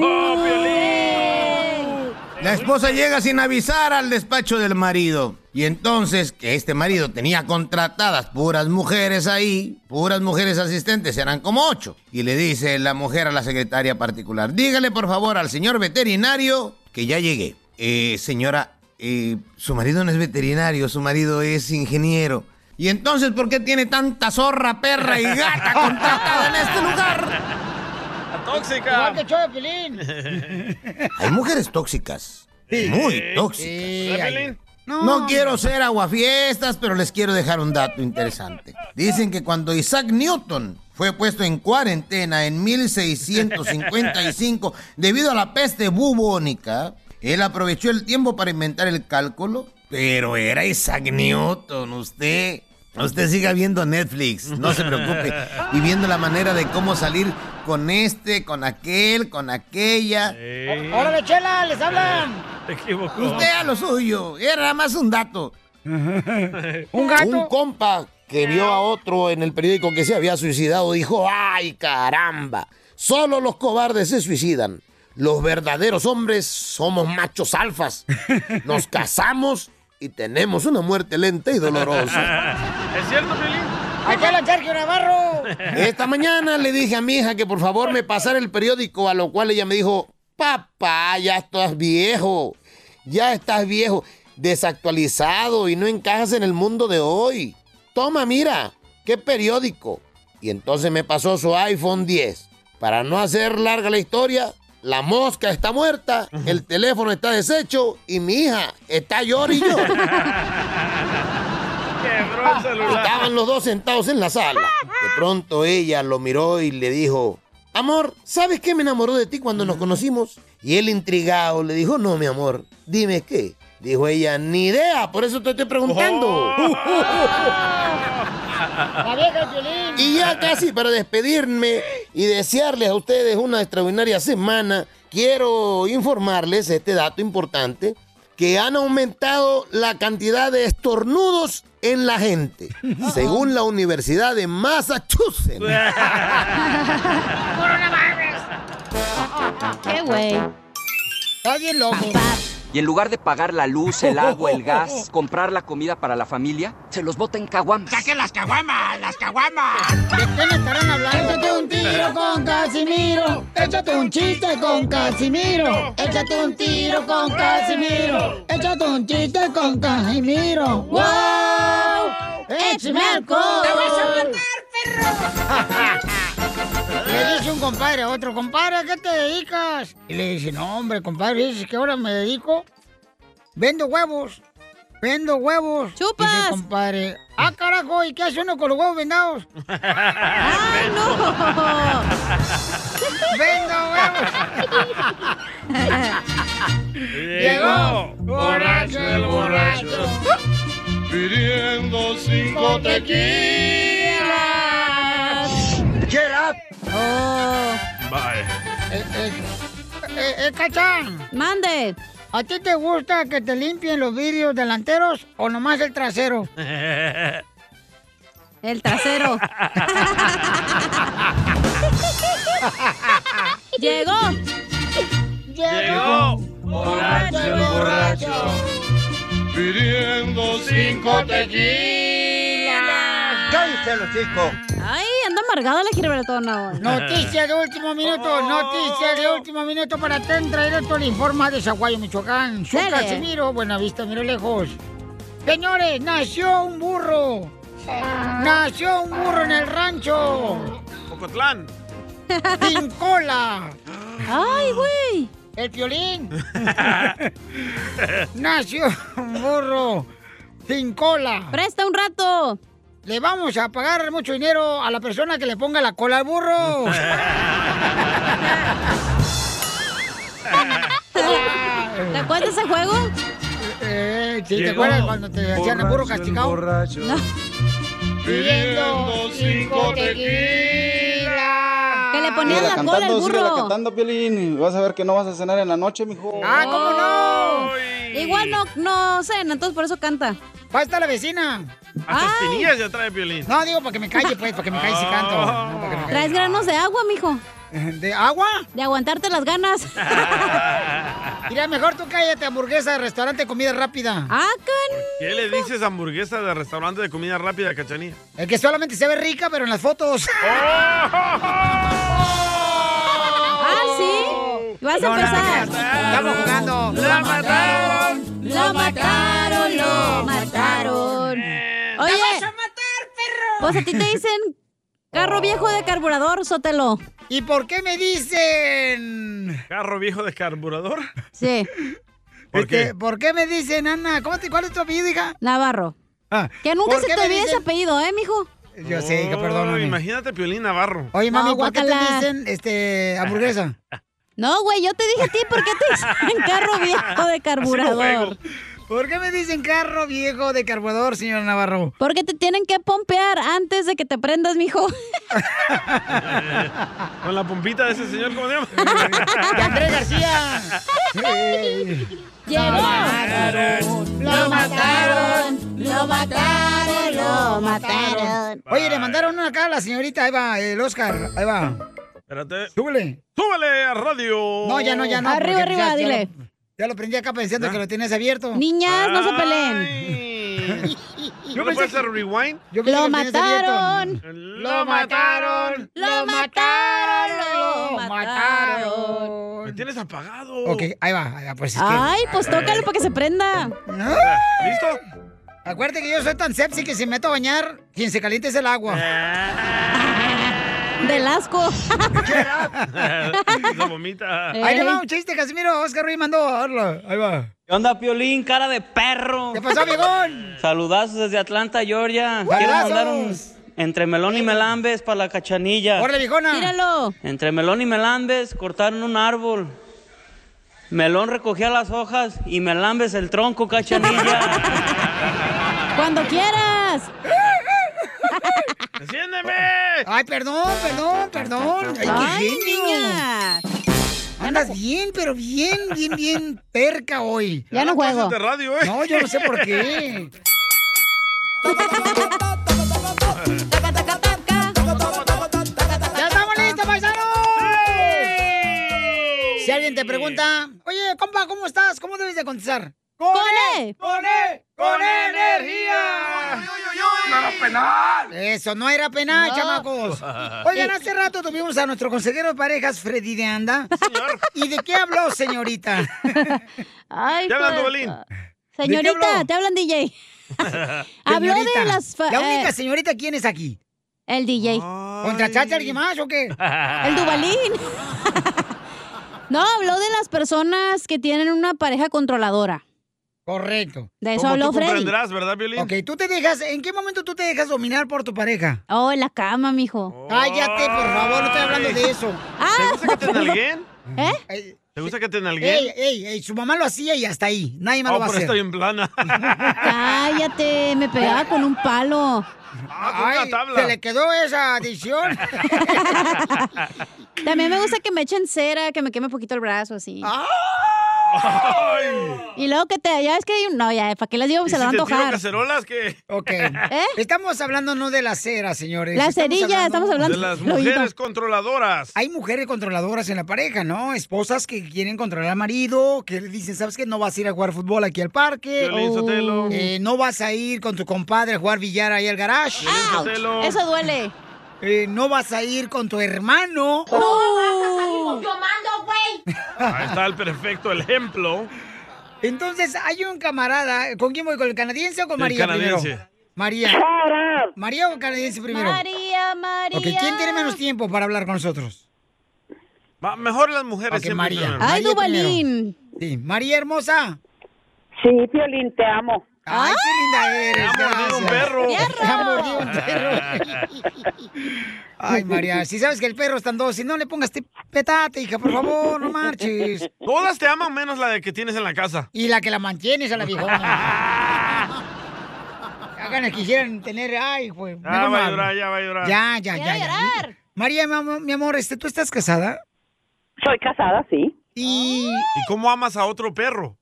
Speaker 15: La esposa llega sin avisar al despacho del marido. Y entonces, que este marido tenía contratadas puras mujeres ahí, puras mujeres asistentes, eran como ocho. Y le dice la mujer a la secretaria particular, dígale por favor al señor veterinario que ya llegué. Eh, señora, eh, su marido no es veterinario, su marido es ingeniero. Y entonces, ¿por qué tiene tanta zorra, perra y gata contratada en este lugar?
Speaker 3: tóxica.
Speaker 1: Igual que el show de Pilín.
Speaker 15: Hay mujeres tóxicas, muy tóxicas. No. quiero ser aguafiestas, pero les quiero dejar un dato interesante. Dicen que cuando Isaac Newton fue puesto en cuarentena en 1655 debido a la peste bubónica, él aprovechó el tiempo para inventar el cálculo, pero era Isaac Newton, usted.
Speaker 19: Usted siga viendo Netflix, no se preocupe. Y viendo la manera de cómo salir con este, con aquel, con aquella.
Speaker 1: ¡Órale, chela! ¡Les hablan!
Speaker 19: Te equivocó. Usted a lo suyo. Era nada más un dato. ¿Un gato?
Speaker 15: Un compa que vio a otro en el periódico que se había suicidado dijo, ¡ay caramba! Solo los cobardes se suicidan. Los verdaderos hombres somos machos alfas. Nos casamos y tenemos una muerte lenta y dolorosa.
Speaker 3: ¿Es cierto, Piolín?
Speaker 1: ¡Acá la Sergio Navarro!
Speaker 15: Esta mañana le dije a mi hija que por favor me pasara el periódico, a lo cual ella me dijo, papá, ya estás viejo, ya estás viejo, desactualizado y no encajas en el mundo de hoy. Toma, mira, qué periódico. Y entonces me pasó su iPhone 10. Para no hacer larga la historia, la mosca está muerta, el teléfono está deshecho y mi hija está llorando.
Speaker 3: Quebró el celular.
Speaker 15: Estaban los dos sentados en la sala. De pronto ella lo miró y le dijo, amor, ¿sabes qué me enamoró de ti cuando nos conocimos? Y él intrigado le dijo, no, mi amor, dime qué. Dijo ella, ni idea, por eso te estoy preguntando.
Speaker 1: ¡La vieja del Piolín!
Speaker 15: Y ya casi para despedirme y desearles a ustedes una extraordinaria semana, quiero informarles este dato importante, que han aumentado la cantidad de estornudos en la gente, según la Universidad de Massachusetts.
Speaker 2: ¡Qué güey!
Speaker 1: Está bien loco.
Speaker 24: Y en lugar de pagar la luz, el agua, el gas, comprar la comida para la familia, se los bota en caguamas.
Speaker 28: ¡Saquen las caguamas! ¡Las caguamas!
Speaker 1: ¿De qué me estarán hablando? Échate un tiro con Casimiro. Échate un chiste con Casimiro. Échate un tiro con Casimiro. Échate un chiste con Casimiro. ¡Wow! ¡Échame alcohol!
Speaker 29: ¡Te vas a
Speaker 1: Le dice un compadre a otro, compadre, ¿a qué te dedicas? Y le dice, no, hombre, compadre, ¿dices que ahora me dedico? Vendo huevos. Vendo huevos. ¡Chupas! Dice el compadre, ah, carajo, ¿y qué hace uno con los huevos vendados?
Speaker 2: ¡Ay, no!
Speaker 1: ¡Vendo huevos!
Speaker 9: Llegó borracho el borracho pidiendo cinco tequilas.
Speaker 1: ¡Get up! Oh,
Speaker 11: Bye.
Speaker 1: eh, eh, eh, eh, Cachán. Mande. ¿A ti te gusta que te limpien los vidrios delanteros o nomás el trasero?
Speaker 2: El trasero. Llegó.
Speaker 9: Llegó borracho el borracho pidiendo cinco tequilas.
Speaker 1: ¡Cállense los chicos!
Speaker 2: Ay, anda amargada la Gilbertona hoy.
Speaker 1: Noticia de último minuto, noticia de último minuto para te traer todo el informe de Zaguayo, Michoacán. Su
Speaker 2: Dale.
Speaker 1: Casimiro, buena vista, miro lejos. Señores, nació un burro. Nació un burro en el rancho.
Speaker 3: Ocotlán.
Speaker 1: Sin cola. Ay, güey. El violín. Nació un burro sin cola. Presta un rato. Le vamos a pagar mucho dinero a la persona que le ponga la cola al burro.
Speaker 2: ¿Te acuerdas ese juego?
Speaker 1: Eh, sí, ¿te acuerdas cuando te hacían el burro castigado?
Speaker 9: Pidiendo cinco tequilas.
Speaker 2: Que le ponían
Speaker 15: Síguela
Speaker 2: la cola al
Speaker 15: cantando, síguela
Speaker 2: burro.
Speaker 15: cantando, Piolín. Vas a ver que no vas a cenar en la noche, mijo.
Speaker 1: ¡Ah, cómo no!
Speaker 2: Igual no, no cena, entonces por eso canta.
Speaker 1: Va a estar la vecina.
Speaker 3: Hasta espinillas ya trae Piolín.
Speaker 1: No, digo para que me calle, pues, para que me calle si canto.
Speaker 2: Oh.
Speaker 1: No, para que me calle.
Speaker 2: Traes granos de agua, mijo.
Speaker 1: ¿De agua?
Speaker 2: De aguantarte las ganas.
Speaker 1: Mira, mejor tú cállate, hamburguesa, restaurante, comida rápida.
Speaker 2: ¡Ah,
Speaker 3: ¿Qué le dices hamburguesa de restaurante de comida rápida, Cachanía?
Speaker 1: El que solamente se ve rica, pero en las fotos.
Speaker 2: ¡Ah, sí! Vas a
Speaker 1: No, no,
Speaker 2: empezar.
Speaker 1: no, Estamos jugando.
Speaker 2: ¡La mataron! ¡La mataron! ¡Lo mataron! Oye. Eh. vas a matar, perro! Pues a ti te dicen carro viejo de carburador, sótelo.
Speaker 1: ¿Y por qué me dicen?
Speaker 3: ¿Carro viejo de carburador?
Speaker 2: Sí.
Speaker 3: ¿Por
Speaker 1: Este,
Speaker 3: qué?
Speaker 1: ¿Por qué me dicen, Ana? ¿Cómo te- ¿Cuál es tu apellido, hija?
Speaker 2: Navarro. Que nunca
Speaker 1: ¿por
Speaker 2: se
Speaker 1: qué
Speaker 2: te
Speaker 1: me
Speaker 2: olvide ese
Speaker 1: dicen?
Speaker 2: apellido, ¿eh, mijo?
Speaker 1: ah, Yo sé, hija,
Speaker 3: Oh,
Speaker 1: perdóname.
Speaker 3: Imagínate Piolín Navarro.
Speaker 1: Oye, mami,
Speaker 2: No,
Speaker 1: ¿por qué te
Speaker 2: guácala.
Speaker 1: dicen este, hamburguesa?
Speaker 2: No, güey, yo te dije a ti, ¿por qué te dicen carro viejo de carburador?
Speaker 1: ¿Por qué me dicen carro viejo de carburador, señor Navarro?
Speaker 2: Porque te tienen que pompear antes de que te prendas, mijo.
Speaker 3: Con la pompita de ese señor, ¿cómo se llama?
Speaker 11: Andrés García.
Speaker 2: Llegó.
Speaker 3: Ah,
Speaker 11: Lo mataron,
Speaker 1: lo mataron, lo mataron. Oye, le mandaron una acá a la señorita, ahí va, el Oscar, ahí va.
Speaker 3: Espérate.
Speaker 1: Súbele.
Speaker 3: Súbele a radio.
Speaker 1: No, ya no, ya no.
Speaker 2: Arriba,
Speaker 1: porque ya-
Speaker 2: arriba,
Speaker 1: ya
Speaker 2: dile.
Speaker 1: lo- Ya lo prendí acá pensando
Speaker 3: Ah.
Speaker 1: que lo tenías abierto.
Speaker 2: Niñas, no se peleen.
Speaker 3: ¿No le puedes hacer rewind?
Speaker 1: Yo
Speaker 2: Lo mataron.
Speaker 1: Lo mataron.
Speaker 2: Lo mataron. Lo mataron.
Speaker 3: Me tienes apagado.
Speaker 1: Ok, ahí va, ahí va, pues es que-
Speaker 2: Ay, pues tócalo para que se prenda.
Speaker 3: ¿Listo?
Speaker 1: Acuérdate que yo soy tan sepsi que si me meto a bañar, quien se caliente es el agua.
Speaker 2: Del asco.
Speaker 3: Se vomita.
Speaker 1: Ahí le va un chiste, Casimiro. Oscar Ruiz mandó a Orla. Ahí va.
Speaker 20: ¿Qué onda, Piolín? Cara de perro.
Speaker 1: ¿Qué pasó, amigón?
Speaker 20: Saludazos desde Atlanta, Georgia. Quiero
Speaker 1: Saludazos.
Speaker 20: mandar un... Entre melón y melambes para la cachanilla.
Speaker 1: Órale, viejona.
Speaker 2: Tíralo.
Speaker 20: Entre melón y melambes cortaron un árbol. Melón recogía las hojas y melambes el tronco, cachanilla.
Speaker 2: Cuando quieras.
Speaker 3: ¡Enciéndeme!
Speaker 1: Ay, perdón, perdón, perdón. Ay,
Speaker 11: Ay,
Speaker 1: qué genio. Andas bien, pero bien, bien, bien perca hoy.
Speaker 2: Ya no juego.
Speaker 1: de radio, ¿eh? No, yo no sé por qué. ¡Ya estamos listos, paisanos! Si alguien te pregunta, oye, compa, ¿cómo estás? ¿Cómo debes de contestar? ¡Con
Speaker 2: E!
Speaker 1: ¡Con E! ¡Con energía! ¡No era penal! Eso, no era penal,
Speaker 11: No.
Speaker 1: chamacos.
Speaker 2: Eh.
Speaker 1: Oigan, hace rato tuvimos a nuestro consejero de parejas, Freddy de Anda. ¿Y de qué habló, señorita?
Speaker 2: Ay,
Speaker 1: Te hablan,
Speaker 2: pues,
Speaker 1: Dubalín.
Speaker 2: ah, Señorita,
Speaker 1: habló?
Speaker 2: te hablan DJ. Habló de
Speaker 1: Señorita,
Speaker 2: las fa-
Speaker 1: La
Speaker 2: eh,
Speaker 1: única señorita, ¿quién es aquí?
Speaker 2: El DJ.
Speaker 1: ¿Contrataste a alguien más o qué?
Speaker 2: El Dubalín. No, habló de las personas que tienen una pareja controladora.
Speaker 1: Correcto.
Speaker 2: De eso habló Freddy.
Speaker 3: ¿verdad, Violín?
Speaker 1: Ok, ¿tú te dejas, en qué momento tú te dejas dominar por tu pareja?
Speaker 2: Oh, en la cama, mijo.
Speaker 1: Cállate, por favor, no estoy hablando de eso.
Speaker 2: Ah,
Speaker 3: ¿Te gusta que te nalguen?
Speaker 1: ¿Eh?
Speaker 3: ¿Te gusta que te nalguen?
Speaker 1: Ey, ey, ey, su mamá lo hacía y hasta ahí. Nadie más
Speaker 3: Oh,
Speaker 1: lo va a
Speaker 3: pero
Speaker 1: hacer.
Speaker 3: estoy en plana.
Speaker 2: Cállate, me pegaba con un palo.
Speaker 1: Ay, se le quedó esa adicción.
Speaker 2: También me gusta que me echen cera, que me queme poquito el brazo, así. Y luego que te. Ya es que. hay un- No, ya, ¿para qué les digo?
Speaker 3: ¿Y
Speaker 2: Se
Speaker 3: si
Speaker 2: lo van a
Speaker 3: te tiro
Speaker 2: antojar.
Speaker 3: cacerolas qué?
Speaker 1: Ok. Estamos hablando no de la cera, señores.
Speaker 2: La
Speaker 1: Estamos
Speaker 2: cerilla, estamos hablando-
Speaker 3: De las
Speaker 1: lo oído.
Speaker 3: mujeres controladoras.
Speaker 1: Hay mujeres controladoras en la pareja, ¿no? Esposas que quieren controlar al marido, que le dicen, ¿sabes qué? No vas a ir a jugar fútbol aquí al parque.
Speaker 3: Piolín Sotelo.
Speaker 1: Eh, no vas a ir con tu compadre a jugar billar ahí al garage.
Speaker 3: Ouch, Sotelo. eso
Speaker 2: duele.
Speaker 1: no vas a ir con tu hermano.
Speaker 18: No vas a salir moviomando, güey.
Speaker 3: Ahí está el perfecto ejemplo.
Speaker 1: Entonces, hay un camarada. ¿Con quién voy? ¿Con el canadiense o con
Speaker 3: El
Speaker 1: María
Speaker 3: canadiense.
Speaker 1: primero? María. ¿María o canadiense primero?
Speaker 2: María, María.
Speaker 1: Ok, ¿quién tiene menos tiempo para hablar con nosotros?
Speaker 3: mejor las mujeres
Speaker 1: Ok,
Speaker 3: siempre
Speaker 1: María.
Speaker 3: primero. Ay,
Speaker 2: Dubalín.
Speaker 1: Sí, María hermosa.
Speaker 13: Sí, Piolín, te amo.
Speaker 1: Ay, qué linda eres.
Speaker 13: Te ha mordido un
Speaker 1: gracias.
Speaker 13: perro.
Speaker 1: Te ha mordido un perro. Ay, María, si sabes que el perro está en dos, si no le pongas te petate, hija, por favor, no marches.
Speaker 3: Todas te aman menos la de que tienes en la casa.
Speaker 1: Y la que la mantienes a la viejona. Hagan que quisieran tener, ay, pues.
Speaker 3: Ya
Speaker 1: mejor no
Speaker 3: va a
Speaker 1: hablo.
Speaker 3: llorar, ya va a llorar.
Speaker 1: Ya, ya, ya. ya. María, mi amor, mi amor, este, ¿tú estás casada?
Speaker 13: Soy casada, sí.
Speaker 1: Y...
Speaker 3: ¿Y cómo amas a otro perro?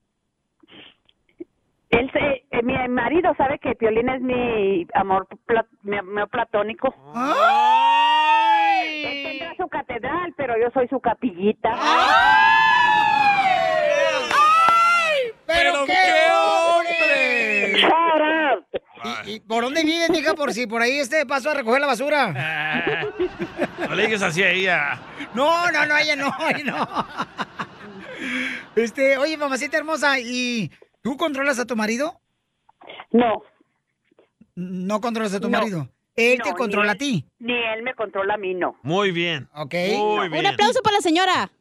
Speaker 13: Él se- eh, mi marido sabe que Piolín es mi amor pla- mi amor platónico. Él tendrá su catedral, pero yo soy su capillita.
Speaker 1: ¡Pero qué hombre! ¿Y, y por dónde vives, mija? Por si por ahí este paso a recoger la basura.
Speaker 3: No le digas así a ella.
Speaker 1: No, no, no, ella no, ella no. Este, oye, mamacita hermosa, ¿y tú controlas a tu marido?
Speaker 13: No.
Speaker 1: No controlas a tu
Speaker 13: No.
Speaker 1: marido. Él
Speaker 13: No,
Speaker 1: te
Speaker 13: ni
Speaker 1: controla a
Speaker 13: él-
Speaker 1: ti.
Speaker 13: Ni él me controla a mí, no.
Speaker 3: Muy bien.
Speaker 1: Ok.
Speaker 3: Muy
Speaker 2: Un
Speaker 3: bien.
Speaker 2: aplauso para la señora.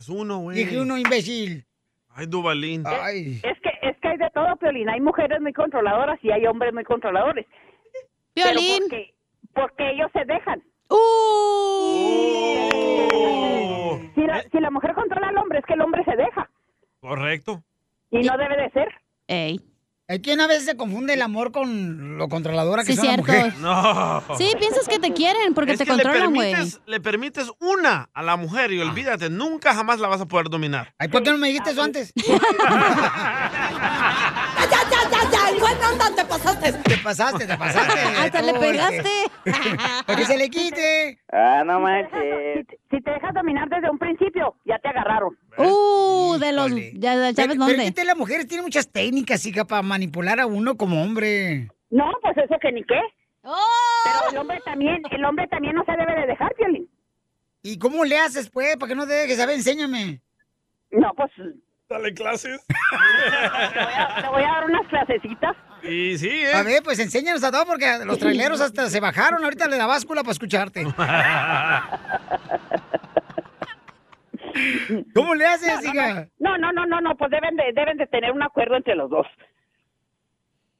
Speaker 3: Es uno, güey.
Speaker 13: Dije uno,
Speaker 1: imbécil.
Speaker 3: Ay, Dubalín.
Speaker 1: Ay.
Speaker 13: Es que es que hay de todo, Piolín. Hay mujeres muy controladoras y hay hombres muy controladores. Pero
Speaker 2: Piolín.
Speaker 13: Porque, porque ellos se dejan.
Speaker 2: ¡Uh!
Speaker 3: ¡Uh!
Speaker 13: Si la, si la mujer controla al hombre, es que el hombre se deja.
Speaker 3: Correcto.
Speaker 13: Y Y no debe de ser.
Speaker 2: Ey.
Speaker 1: Es que una vez se confunde el amor con lo controladora que
Speaker 2: Sí,
Speaker 1: son las
Speaker 2: cierto.
Speaker 1: mujeres.
Speaker 3: No.
Speaker 2: Sí, piensas que te quieren porque
Speaker 3: Es
Speaker 2: te
Speaker 3: que le
Speaker 2: controlan, güey.
Speaker 3: permites, le permites una a la mujer y olvídate, nunca jamás la vas a poder dominar.
Speaker 1: Ah. Ay, ¿por qué no me dijiste eso antes?
Speaker 11: ¡Ya, ya, ya, ya! ¡Igual no te pasaste!
Speaker 1: Te pasaste, te pasaste.
Speaker 11: Hasta le
Speaker 1: Tú,
Speaker 11: pegaste.
Speaker 1: este, Para que se le quite.
Speaker 13: Ah, no manches. Si te dejas dominar desde un principio, ya te agarraron.
Speaker 2: Uh, de los. Ya, ya
Speaker 1: Pero,
Speaker 2: sabes
Speaker 1: pero
Speaker 2: dónde.
Speaker 1: es que las mujeres tienen muchas técnicas, hija, para manipular a uno como hombre.
Speaker 13: No, pues eso que ni qué.
Speaker 11: ¡Oh!
Speaker 13: Pero el hombre también, el hombre también no se debe de dejar, Piolín.
Speaker 1: ¿Y cómo le haces, pues? ¿Para que no te dejes? A ver, enséñame.
Speaker 13: No, pues...
Speaker 3: Dale clases.
Speaker 13: Te voy a dar unas clasecitas.
Speaker 3: Y sí, ¿eh?
Speaker 1: A ver, pues enséñanos a todos porque los traileros hasta se bajaron ahorita de la báscula para escucharte. ¿Cómo le haces, hija?
Speaker 13: No, no, no, no, no, pues deben de, deben de tener un acuerdo entre los dos.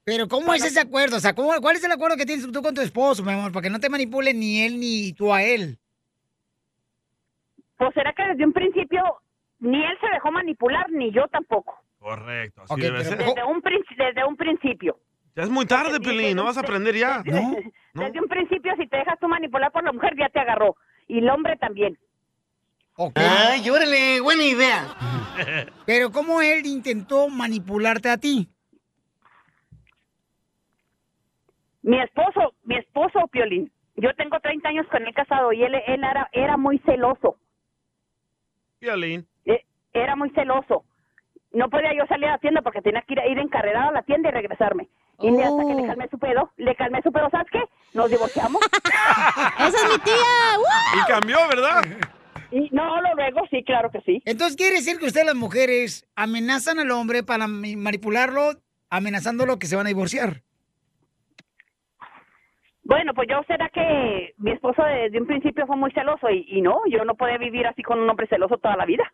Speaker 1: Pero ¿cómo es ese acuerdo? O sea, ¿cómo- ¿cuál es el acuerdo que tienes tú con tu esposo, mi amor? Para que no te manipule ni él ni tú a él.
Speaker 13: Pues será que desde un principio ni él se dejó manipular, ni yo tampoco.
Speaker 3: Correcto, así
Speaker 13: Ok,
Speaker 3: debe
Speaker 13: pero-
Speaker 3: ser.
Speaker 13: Desde un, princi- desde un principio.
Speaker 3: Ya es muy tarde, Pelín, no vas a aprender ya.
Speaker 13: Desde un principio, si te dejas tú manipular por la mujer, ya te agarró. Y el hombre también.
Speaker 1: Ay, órale, buena idea. Pero ¿cómo él intentó manipularte a ti?
Speaker 13: Mi esposo, mi esposo, Piolín. Yo tengo 30 años con él casado y él, él era, era muy celoso.
Speaker 3: Piolín.
Speaker 13: Eh, Era muy celoso. No podía yo salir a la tienda porque tenía que ir, ir encarregado a la tienda y regresarme. Y ni hasta que
Speaker 2: Oh.
Speaker 13: le calmé su pedo, le calmé su pedo, ¿sabes qué? Nos divorciamos.
Speaker 2: ¡Esa es mi tía!
Speaker 3: Y cambió, ¿verdad?
Speaker 13: Y no, lo luego sí, claro que sí.
Speaker 1: Entonces quiere decir que ustedes las mujeres amenazan al hombre para mi- manipularlo, amenazándolo que se van a divorciar.
Speaker 13: Bueno, pues yo será que mi esposo desde un principio fue muy celoso y, y no, yo no podía vivir así con un hombre celoso toda la vida.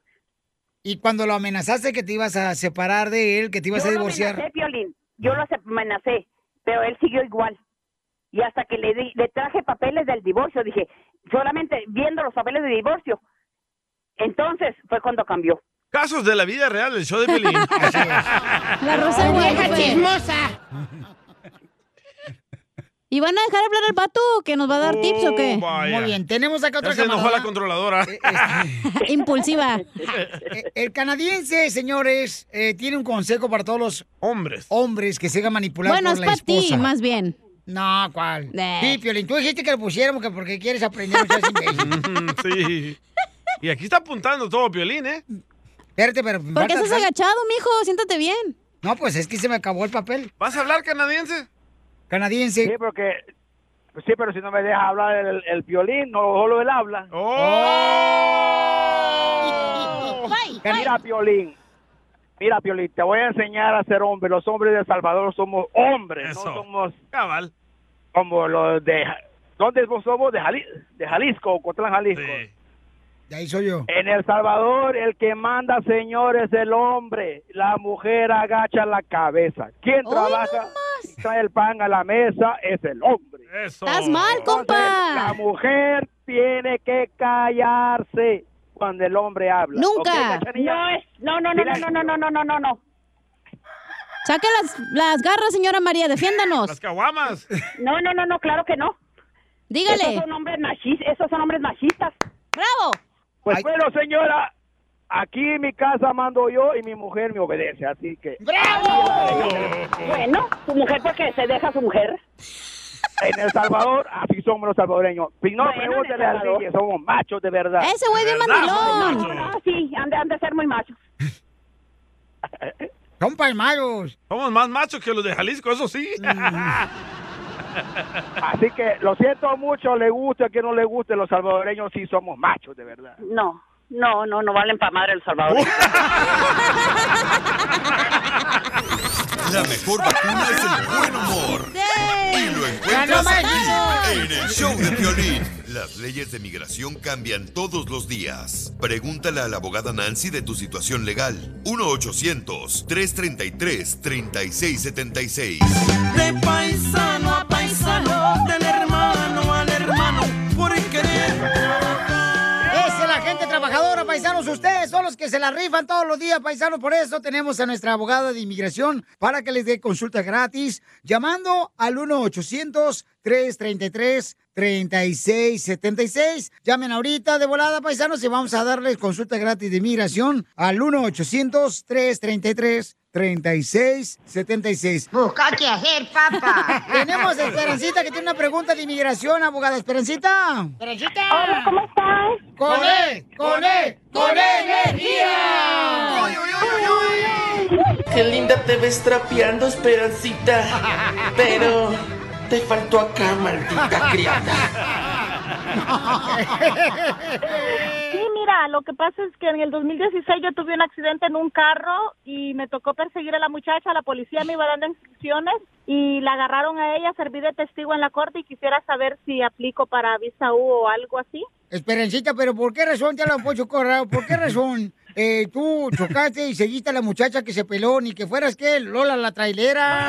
Speaker 1: Y cuando lo amenazaste que te ibas a separar de él, que te ibas
Speaker 13: yo
Speaker 1: a
Speaker 13: lo
Speaker 1: divorciar.
Speaker 13: amenacé, Piolín. Yo lo amenacé, pero él siguió igual. Y hasta que le, di- le traje papeles del divorcio, dije, solamente viendo los papeles de divorcio. Entonces fue cuando cambió.
Speaker 3: Casos de la vida real, el show de Pelín.
Speaker 2: La Rosa de Guadalupe. ¿Y van a dejar hablar al vato que nos va a dar tips o qué?
Speaker 3: Oh, vaya. Muy bien,
Speaker 1: tenemos acá
Speaker 3: Ya se enojó la controladora.
Speaker 2: Impulsiva.
Speaker 1: Eh, El canadiense, señores, eh, tiene un consejo para todos los
Speaker 3: hombres
Speaker 1: hombres que se hagan manipular
Speaker 2: Bueno,
Speaker 1: por
Speaker 2: es
Speaker 1: la
Speaker 2: para ti,
Speaker 1: esposa.
Speaker 2: más bien.
Speaker 1: No, ¿cuál? Sí, Piolín, tú dijiste que lo pusiéramos que porque quieres aprender. no seas
Speaker 3: este.
Speaker 1: imbécil.
Speaker 3: sí. Y aquí está apuntando todo Piolín, ¿eh?
Speaker 1: Espérate, pero...
Speaker 2: ¿Por qué estás agachado, mijo? Siéntate bien.
Speaker 1: No, pues es que se me acabó el papel.
Speaker 3: ¿Vas a hablar canadiense?
Speaker 1: Canadiense.
Speaker 27: Sí, porque... Sí, pero si no me deja hablar el, el violín, no solo él habla.
Speaker 1: Oh.
Speaker 27: Mira, Piolín. Mira, Piolín, te voy a enseñar a ser hombre. Los hombres de Salvador somos hombres, no somos
Speaker 3: cabal.
Speaker 27: como los de... ¿Dónde vos somos? De, Jali- de Jalisco, Cotlán, Jalisco.
Speaker 1: De ahí soy yo.
Speaker 27: En El Salvador, el que manda, señor, es el hombre. La mujer agacha la cabeza. Quien trabaja y trae el pan a la mesa es el hombre.
Speaker 3: Eso.
Speaker 11: Estás mal, compa.
Speaker 27: La mujer tiene que callarse cuando el hombre habla.
Speaker 2: Nunca.
Speaker 27: ¿Ok, cachanilla?
Speaker 2: No es-
Speaker 13: no, no, no, no, no, no, no, no, no, no, no.
Speaker 2: Saque las, las garras, señora María, defiéndanos.
Speaker 3: Las caguamas.
Speaker 13: No, no, no, no, claro que no.
Speaker 2: Dígale.
Speaker 13: Esos son hombres, machi- esos son hombres machistas.
Speaker 2: ¡Bravo!
Speaker 27: Pues bueno, señora, aquí en mi casa mando yo y mi mujer me obedece, así que...
Speaker 13: Bueno, su mujer porque se deja a su mujer.
Speaker 27: En El Salvador, así somos los salvadoreños. Si no,
Speaker 13: Bueno,
Speaker 27: pregúntale
Speaker 13: en
Speaker 27: al
Speaker 13: El
Speaker 27: DJ,
Speaker 13: Salvador.
Speaker 27: somos machos de verdad.
Speaker 13: Ese güey bien
Speaker 27: De verdad, somos machos.
Speaker 13: Ah, sí, han de, han de ser muy machos.
Speaker 1: Son palmados.
Speaker 3: Somos más machos que los de Jalisco, eso sí. Mm.
Speaker 27: Así que lo siento mucho, le gusta, que no le guste, los salvadoreños sí somos machos de verdad.
Speaker 13: No, no, no, no valen para madre El Salvador.
Speaker 6: La mejor vacuna es el buen humor. Y lo
Speaker 11: ¡Ganó
Speaker 6: encuentras
Speaker 11: México!
Speaker 6: aquí, en el show de Piolín. Las leyes de migración cambian todos los días. Pregúntale a la abogada Nancy de tu situación legal. 1-800-333-3676.
Speaker 11: De paisano a paisano, del hermano al hermano, por querer.
Speaker 1: Esa es la gente trabajadora, paisanos. Ustedes son los que se la rifan todos los días, paisano. Por eso tenemos a nuestra abogada de inmigración para que les dé consulta gratis llamando al 1-800-333-3676. Llamen ahorita de volada, paisanos, y vamos a darles consulta gratis de inmigración al 1-800-333. 3676.
Speaker 11: Busca qué hacer, papá.
Speaker 1: Tenemos a Esperancita que tiene una pregunta de inmigración, abogada. Esperancita.
Speaker 11: Esperancita.
Speaker 1: Hola, ¿cómo estás? Con
Speaker 11: E,
Speaker 1: él, con él, con E
Speaker 11: energía.
Speaker 17: Qué linda te ves trapeando, Esperancita. Pero te faltó acá, maldita criada.
Speaker 18: Sí, mira, lo que pasa es que en el 2016 yo tuve un accidente en un carro y me tocó perseguir a la muchacha, la policía me iba dando instrucciones y la agarraron a ella, serví de testigo en la corte y quisiera saber si aplico para visa U o algo así.
Speaker 1: Esperancita, pero ¿por qué razón te hablan Pocho Corrado? ¿Por qué razón eh, tú chocaste y seguiste a la muchacha que se peló ni que fueras que Lola la trailera?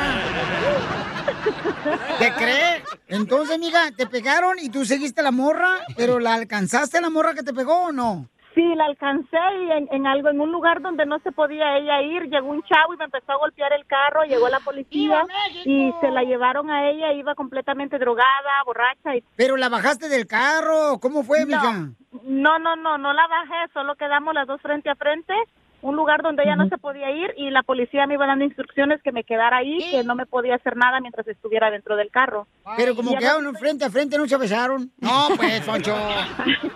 Speaker 1: ¿Te crees? Entonces, amiga, te pegaron y tú seguiste a la morra, pero ¿la alcanzaste a la morra que te pegó o no?
Speaker 18: Sí, la alcancé y en, en algo, en un lugar donde no se podía ella ir, llegó un chavo y me empezó a golpear el carro, llegó la policía y se la llevaron a ella, iba completamente drogada, borracha. Y...
Speaker 1: ¿Pero la bajaste del carro? ¿Cómo fue, mija?
Speaker 18: No, no, no, no la bajé, solo quedamos las dos frente a frente, un lugar donde ella no se podía ir y la policía me iba dando instrucciones que me quedara ahí, que no me podía hacer nada mientras estuviera dentro del carro.
Speaker 1: Pero como
Speaker 18: Y ya
Speaker 1: quedaron frente a frente, ¿no se besaron? No, pues, Poncho.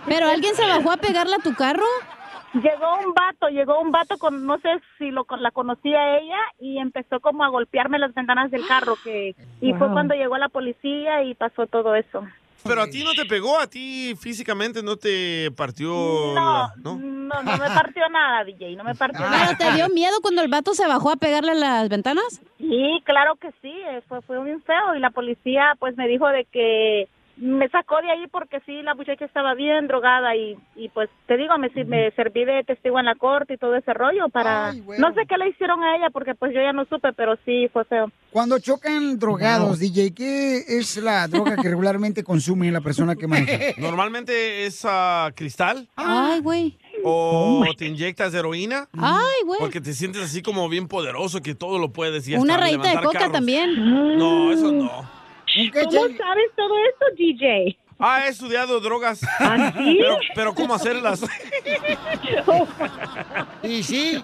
Speaker 18: ¿Pero alguien se bajó a pegarle a tu carro? Llegó un vato, llegó un vato con, no sé si lo, con- la conocía ella, y empezó como a golpearme las ventanas del carro, que, y fue
Speaker 3: Wow.
Speaker 18: cuando llegó la policía y pasó todo eso.
Speaker 3: Pero a ti no te pegó, a ti físicamente no te partió. la- ¿no?
Speaker 18: No, no me partió nada, DJ, no me partió nada.
Speaker 2: ¿Pero te dio miedo cuando el vato se bajó a pegarle a las ventanas?
Speaker 18: Sí, claro que sí, eh, fue, fue bien feo y la policía pues me dijo de que me sacó de ahí porque sí, la muchacha estaba bien drogada y, y pues te digo, me, sir- me serví de testigo en la corte y todo ese rollo para...
Speaker 1: Ay, güey.
Speaker 18: no sé qué le hicieron a ella porque pues yo ya no supe, pero sí, fue feo.
Speaker 1: Cuando chocan drogados, DJ, ¿qué es la droga que regularmente consume la persona que maneja?
Speaker 3: Normalmente es ah, cristal.
Speaker 2: Ay, güey.
Speaker 3: O Oh, te inyectas heroína.
Speaker 2: Oh Ay, güey.
Speaker 3: Porque te sientes así como bien poderoso, que todo lo puedes. Y
Speaker 2: Una
Speaker 3: hasta
Speaker 2: rayita de
Speaker 3: levantar
Speaker 2: coca
Speaker 3: carros.
Speaker 2: también.
Speaker 3: No, eso no.
Speaker 18: ¿Cómo sabes todo esto, DJ?
Speaker 3: Ah, he estudiado drogas.
Speaker 1: ¿Ah,
Speaker 18: sí?
Speaker 3: Pero, pero ¿cómo hacerlas?
Speaker 1: y sí.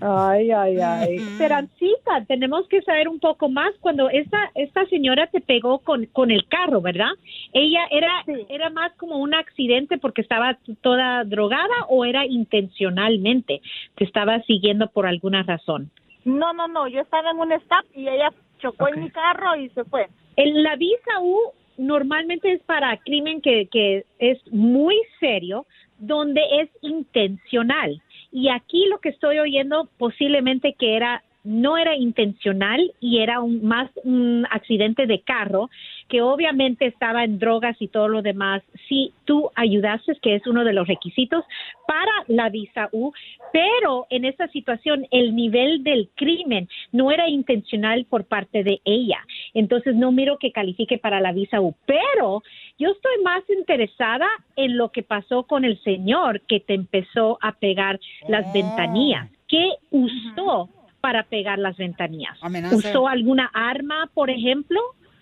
Speaker 22: Ay, ay, ay. Esperancita, tenemos que saber un poco más. Cuando esta, esta señora te pegó con, con el carro, ¿verdad? ¿Ella era, era más como un accidente porque estaba toda drogada o era intencionalmente? ¿Te estaba siguiendo por alguna razón?
Speaker 18: No, no, no, yo estaba en un stop y ella chocó en mi carro y se fue.
Speaker 22: El- la visa U normalmente es para crimen que, que es muy serio, donde es intencional. Y aquí lo que estoy oyendo posiblemente que era no era intencional y era un, más un accidente de carro que obviamente estaba en drogas y todo lo demás. Si tú ayudaste, que es uno de los requisitos para la visa U, pero en esta situación el nivel del crimen no era intencional por parte de ella. Entonces no miro que califique para la visa U, pero yo estoy más interesada en lo que pasó con el señor que te empezó a pegar las ventanillas. ¿Qué usó para pegar las ventanillas? ¿Usó alguna arma, por ejemplo?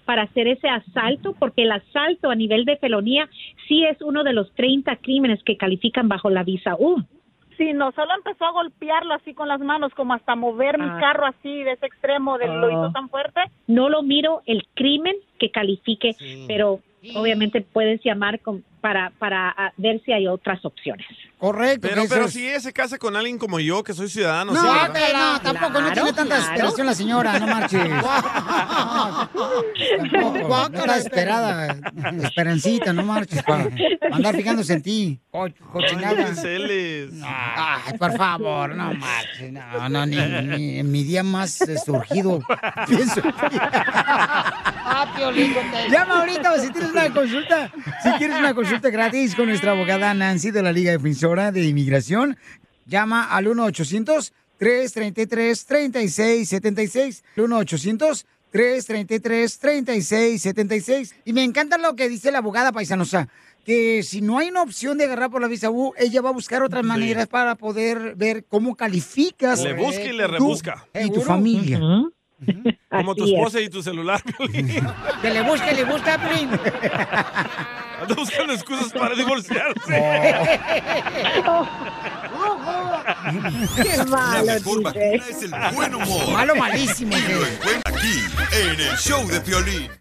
Speaker 22: para hacer ese asalto, porque el asalto a nivel de felonía sí es uno de los 30 crímenes que califican bajo la visa U.
Speaker 18: Sí, no, solo empezó a golpearlo así con las manos, como hasta mover mi
Speaker 22: Ah.
Speaker 18: carro así de ese extremo, del lo hizo
Speaker 22: Ah.
Speaker 18: tan fuerte.
Speaker 22: No lo miro el crimen que califique, pero obviamente puedes llamar con- para, para ah, ver si hay otras opciones.
Speaker 1: Correcto.
Speaker 3: Pero, pero
Speaker 22: Jesús.
Speaker 3: si ella se casa con alguien como yo, que soy ciudadano.
Speaker 22: No,
Speaker 3: sí, ¿verdad?
Speaker 1: Pero no, tampoco, no tiene tanta desesperación la señora, no marches. Tampoco, Oh, no está desesperada, esperancita, no marches, para andar fijándose en ti. Co-
Speaker 3: Ay,
Speaker 1: Cochinada.
Speaker 3: pinceles.
Speaker 1: Ay, por favor, no marches, no, no, ni, ni en mi día más eh, surgido. pienso.
Speaker 11: Ah, Piolín, contesta.
Speaker 1: Llama ahorita o si tienes una consulta, si quieres una consulta gratis con nuestra abogada Nancy de la Liga Defensora de Inmigración, llama al 1-800-333-3676, 1-800 333-3676. Y me encanta lo que dice la abogada paisanosa, que si no hay una opción de agarrar por la visa U, ella va a buscar otras maneras para poder ver cómo calificas.
Speaker 11: Le busca y le
Speaker 1: tú
Speaker 11: rebusca.
Speaker 1: Y tu familia.
Speaker 11: Como tu
Speaker 1: Así es.
Speaker 11: esposa y tu celular. Piolín.
Speaker 1: Que le busque, le busca, Piolín.
Speaker 11: Anda buscando excusas para divorciarse.
Speaker 1: Oh.
Speaker 6: La mejor vacuna es el buen humor.
Speaker 1: Malo malísimo.
Speaker 6: Y lo encuentra aquí, en el show de Piolín.